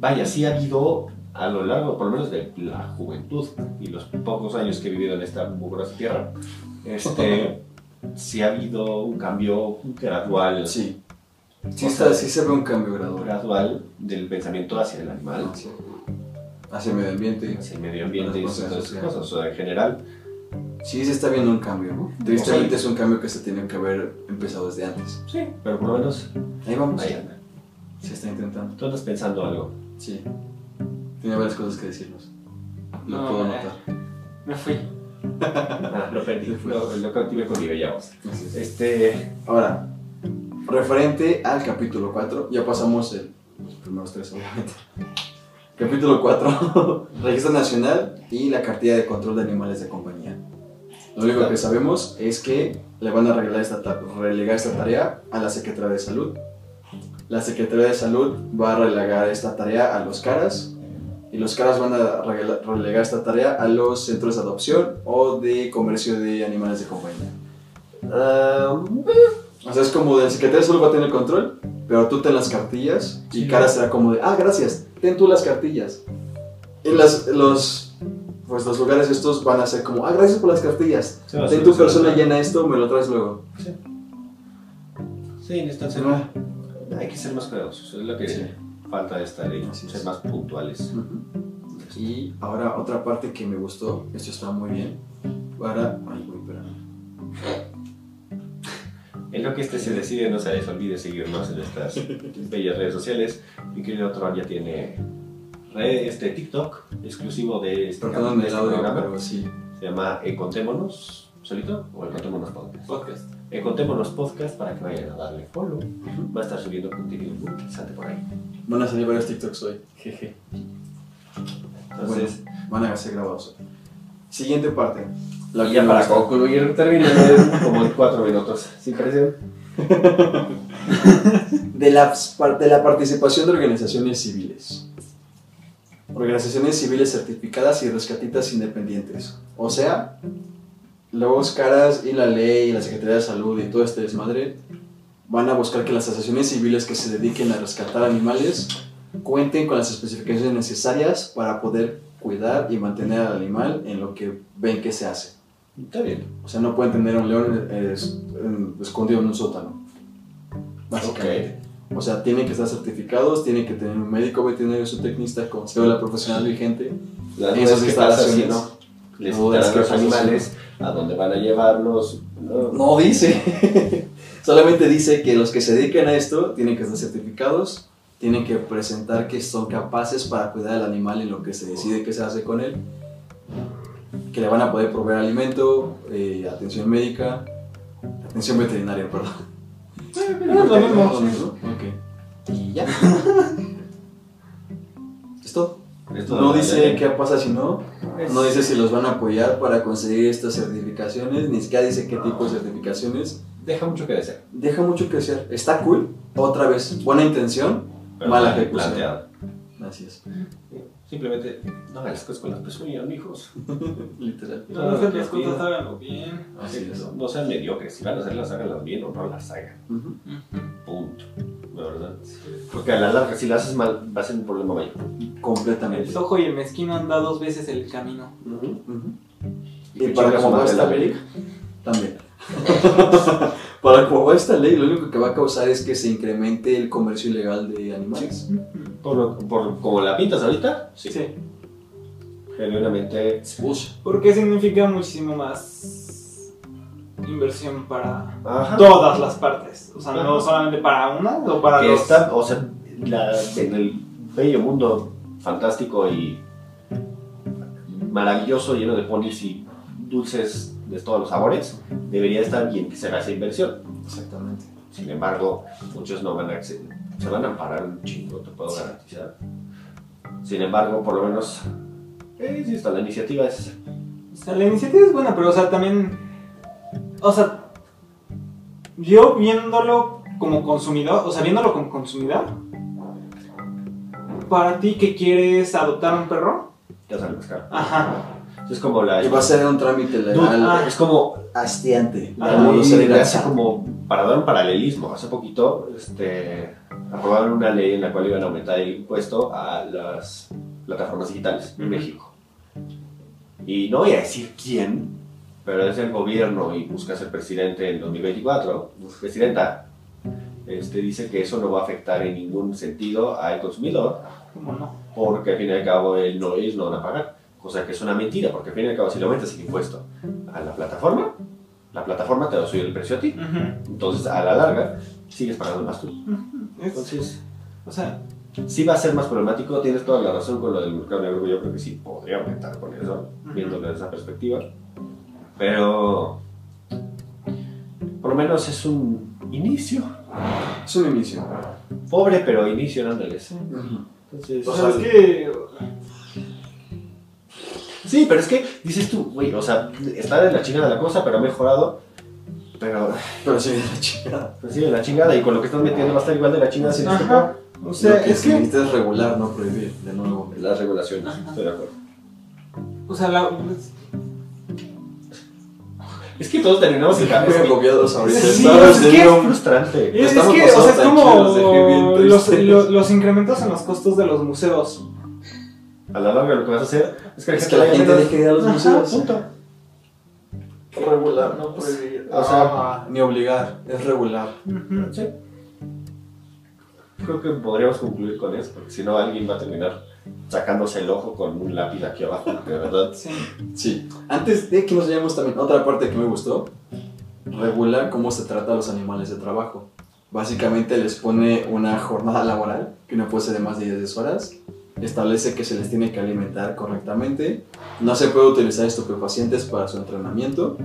Vaya, sí ha habido a lo largo, por lo menos de la juventud y los pocos años que he vivido en esta mugrosa tierra, este, sí ha habido un cambio gradual, Sí. Sí, O está- sea, sí se ve un cambio gradual gradual del pensamiento hacia el animal, Sí. hacia el medio ambiente. hacia el medio ambiente y Las cosas todas esas sociales. cosas. O sea, en general, Sí, se está viendo un cambio. ¿no? Tristemente es un cambio que se tiene que haber empezado desde antes. sí, pero por lo menos Ahí vamos. ahí anda. Se está intentando. Tú andas pensando algo. Sí. Tiene varias cosas que decirnos. Lo No, puedo eh. notar. Me fui. Ah, lo perdí, lo, lo cautivé conmigo ya vamos. Así es. Este, Ahora, referente al capítulo 4, ya pasamos el, los primeros tres, obviamente. Capítulo 4, Registro Nacional y la cartilla de control de animales de compañía. Lo único que sabemos es que le van a arreglar esta ta- relegar esta tarea a la Secretaría de Salud. La Secretaría de Salud va a relegar esta tarea a los caras y los caras van a regla- relegar esta tarea a los centros de adopción o de comercio de animales de compañía. ah, O sea, es como del secretario solo va a tener control, pero tú ten las cartillas y cara será como de, ah, gracias, ten tú las cartillas. Y las, los, pues los lugares estos van a ser como, ah, gracias por las cartillas, se va a ten tu solucionar. persona llena esto, me lo traes luego. Sí, necesitan ser más. Hay que ser más cuidadosos. Es lo que Sí. falta de esta ley. Así ser es. más puntuales. Y ahora otra parte que me gustó, esto está muy bien, para, ay, güey, espérame. En lo que este se decide, no se les olvide seguirnos en estas bellas redes sociales. Mi querido Tron ya tiene red, este TikTok exclusivo de este, Perdóname de el este audio, programa. pero sí. Se llama Encontrémonos solito o Encontrémonos Podcast. Podcast. Encontrémonos Podcast para que vayan a darle follow. Va a estar subiendo contenido muy interesante por ahí. Van a salir varios TikToks hoy, jeje. Entonces, Van a ser grabados hoy. Siguiente parte. La Y que ya me para gustó. concluir, terminando como en cuatro minutos. Sin presión. de la, de la participación de organizaciones civiles. Organizaciones civiles certificadas y rescatitas independientes. O sea, los caras y la ley y la Secretaría de Salud y todo este desmadre van a buscar que las asociaciones civiles que se dediquen a rescatar animales cuenten con las especificaciones necesarias para poder cuidar y mantener al animal en lo que ven que se hace. Está bien. O sea, no pueden tener un león eh, es- en- escondido en un sótano. Básicamente. O sea, tienen que estar certificados, tienen que tener un médico veterinario, su tecnista con cédula profesional vigente. Las Esas dudas que pasa si instalaciones. no. Les No dudas quitarán que los pasa si animales, a dónde van a llevarlos. No. No dice. Solamente dice que los que se dedican a esto tienen que estar certificados, tienen que presentar que son capaces para cuidar al animal en lo que se decide que se hace con él, que le van a poder proveer alimento, eh, atención médica, atención veterinaria, perdón. Es lo mismo. Ok. pues, Y ya. Esto. Esto No lo- dice qué pasa si no. Es- No dice si los van a apoyar para conseguir estas certificaciones. Ni siquiera dice qué tipo de certificaciones. Deja mucho que desear. Deja mucho que desear. Está cool. Otra vez. Buena intención. pero Mala mal ejecución. planteado. Así es. Simplemente, no hagan las cosas con las pezuñas, mijos. Literal. No, no sé, "Ah, que las pido. cosas háganlo bien. Así es. No sean mediocres. Si van a hacerlas, háganlas bien o no las hagan. Ujú. Punto. La verdad. Porque a la larga, si las haces mal, va a ser un problema mayor. Completamente. El ojo y el mezquino han dado dos veces el camino. Ujú. Y Y que para chingas cómo su va madre esta la película. También. Para como va esta ley, lo único que va a causar es que se incremente el comercio ilegal de animales. Por, lo- por como la pintas ahorita, sí. Sí. Genuinamente. Bush. Porque significa muchísimo más inversión para Ah. Ajá. todas las partes. O sea, no Ajá. solamente para una o para que dos. está, o sea, la- en el bello mundo fantástico y maravilloso, lleno de ponis y dulces de todos los sabores, debería estar bien que se haga esa inversión. Exactamente. Sin embargo, muchos no van a acce- se van a parar un chingo, te puedo garantizar. Sin embargo, por lo menos, eh, sí está, la iniciativa es O sea, la iniciativa es buena, pero o sea, también. O sea, yo viéndolo como consumidor, o sea, viéndolo como consumidor, para ti que quieres adoptar un perro, ya sale más caro. ajá, Es como la... Y va a ser un trámite Dude, ah, legal es como hastiante. Ah, Como lo y ser hace engrasado. como para dar un paralelismo, hace poquito este, aprobaron una ley en la cual iban a aumentar el impuesto a las plataformas digitales en Ujú. México. Y no voy a decir quién, pero es el gobierno y busca ser presidente en 2024, busca Pues, presidenta. Este, dice que eso no va a afectar en ningún sentido al consumidor ¿cómo no? porque al fin y al cabo el no, ellos no van a pagar. Cosa que es una mentira, porque al fin y al cabo si lo aumentas el impuesto a la plataforma, la plataforma te va a subir el precio a ti. Ujú. Entonces, a la larga, sigues pagando más tú. Es- Entonces, o sea, sí va a ser más problemático, tienes toda la razón con lo del mercado negro, yo creo que sí podría aumentar con eso, Ujú. viéndolo desde esa perspectiva. Pero, por lo menos es un inicio. Es un inicio. Pobre, pero inicio en Ángeles. Entonces, Pues, O o sea, sea, es que. Sí, pero es que dices tú, güey, o sea, está de la chingada la cosa, pero ha mejorado. Pero Pero sí, la chingada. pues sí, de la chingada, y con lo que estás metiendo va a estar igual de la chingada sin Ajá. destacar. O Lo sea, que es se que. necesita es regular, no prohibir, de nuevo. Las regulaciones, estoy de acuerdo. O sea, la. Es que todos terminamos el Muy camino. agobiados ahorita. Sí, ¿sabes? es De Es que- nuevo. frustrante. Es, es Estamos que, o sea, pasados es tranquilos, dejé bien como los, tristes. los- los incrementos en los costos de los museos. A la larga lo que vas a hacer es que la Es que gente la vaya gente menos. deje de ir a los Ajá, museos. Punto. Regular, no Ah. prohibir. O sea- ni obligar, es regular. Ujú. Sí. Creo que podríamos concluir con eso, porque si no alguien va a terminar sacándose el ojo con un lápiz aquí abajo, porque de verdad. Sí. Sí. Antes de que nos vayamos también, otra parte que me gustó, regular cómo se trata a los animales de trabajo. Básicamente les pone una jornada laboral que no puede ser de más de 10 horas, establece que se les tiene que alimentar correctamente, no se puede utilizar estupefacientes para su entrenamiento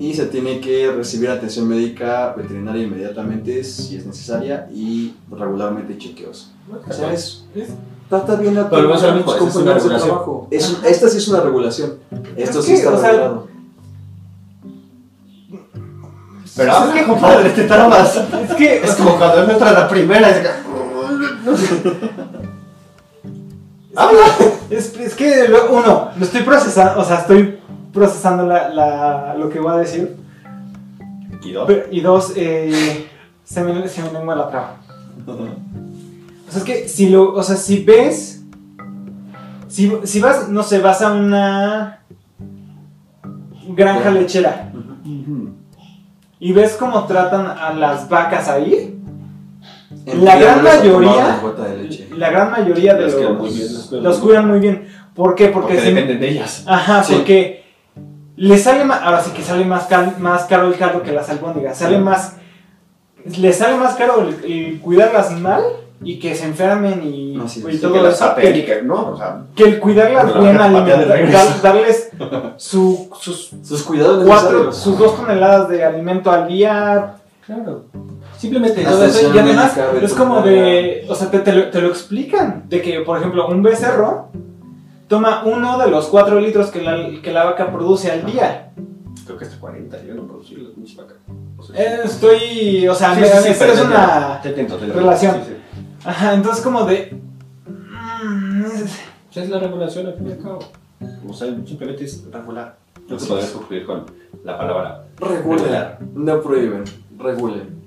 y se tiene que recibir atención médica veterinaria inmediatamente si es necesaria y regularmente chequeos. O sea, es, es- trata bien a Pero todos es lo mismo, tus esa es una compañeros de regulación. trabajo. Es- esta sí es una regulación. Esto Es sí que, está o sea, regulado. Pero es que, compadre, Ah, te trabas. Es que, Es como cuando entra la primera. Es... es, es que lo- uno, lo estoy procesando, o sea, estoy procesando la, la- lo que voy a decir. Y dos. Pero- y dos, eh, se, me, se me lengua la traba. O sea, es que si lo, o sea, si ves, si, si vas, no sé, vas a una granja Claro. lechera y ves cómo tratan a las vacas ahí, La gran Empleadores mayoría- tomados de gota de leche. la gran mayoría de Las los, cuidan muy bien, las cuidan los muy bien. cuidan muy bien. ¿Por qué? Porque, Porque si- dependen de ellas. Ajá, Sí. porque le sale más, ahora sí que sale más, cal- más caro el carro que las albóndigas, sale más, le sale más caro el, el cuidarlas mal y que se enfermen y, Así es. y Sí, Y que todo las eso, apeguen y que, que no, o sea, que el cuidarlas Bueno, bien, la patea de alimentar- regreso. dar- darles su- sus Sus cuidados cuatro, necesarios. sus dos toneladas de alimento al día, claro. Simplemente todo eso, Atención y además médica, es como veterinaria. de, o sea, te, te lo, te lo explican, de que, por ejemplo, un becerro toma uno de los cuatro litros que la, que la vaca produce al día. Ah, Creo que hasta 40 llegan a producir las pinches vacas. O sea, Ah, Eh, Estoy, o sea, sí, me- sí, sí, es, pero es te una... entiendo, te entiendo, te entiendo. relación. Sí, sí. Ajá, entonces como de... mm, es- O sea, es la regulación al fin y al cabo. O sea, simplemente es regular. Creo que Así podrías es. concluir con la palabra Regulen. No prohíben. Regulen.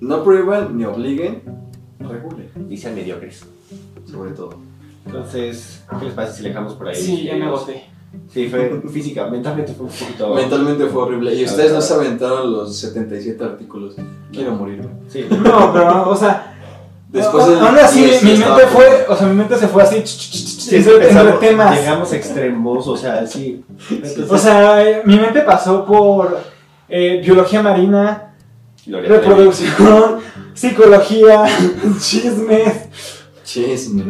No prohíban ni obliguen. Regulen. y sean mediocres. Sobre todo. Entonces, ¿qué les parece si le dejamos por ahí? Sí, ya me agoté. Sí, fue física, mentalmente fue un poquito. Mentalmente fue horrible. Y A ustedes ver, no a se ver. aventaron los 77 artículos. Quiero morirme. Sí. No, pero, o sea, Después a- del aún así, 10 mi yo mente estaba- fue, o sea, mi mente se fue así, ch, ch, ch, ch, Sí, entre- entre empezamos- temas. Llegamos extremos, o sea, sí. Entonces, O sea, eh, mi mente pasó por eh, biología marina, Gloria Trevi. reproducción, psicología, chismes. Chisme.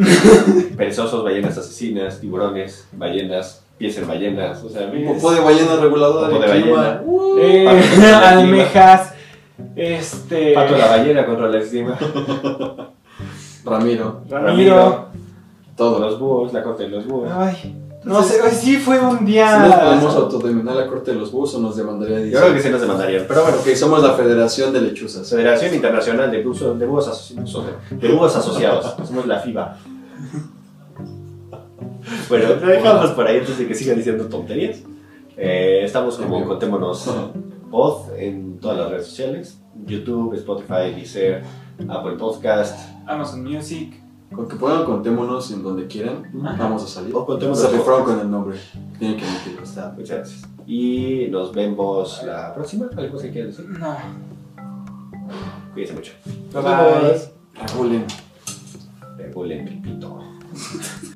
Perezosos, ballenas asesinas, tiburones, ballenas, pies en ballenas, o sea, Un poco de ballena reguladora. Popó de ballena. clima. eh, Pato de la almejas, este. Pato la ballena contra la estima. Ramiro. Ramiro. Con Todo. los búhos, la corte de los búhos. Ay, no sé, hoy sí fue un Si nos podemos día. autodenominar la corte de los búhos o nos demandaría Yo creo 10. que sí nos demandarían, pero bueno. Ok, somos la Federación de Lechuzas. ¿eh? Federación Internacional de Búhos, de búhos, Asociados, de búhos Asociados. Somos la FIBA. Bueno, lo dejamos por ahí antes de que siga diciendo tonterías. Eh, estamos como Contémonos Pod en todas las redes sociales. YouTube, Spotify, Deezer, Apple Podcast. Amazon Music. Con que puedan, contémonos en donde quieran. Vamos a salir. O contémonos. Se rifaron con el nombre. Tienen que admitirlo. Está, muchas gracias. Y nos vemos la próxima. ¿Algo que quieras decir? No. Cuídense mucho. Bye bye. Regulen. Me huelen el pito.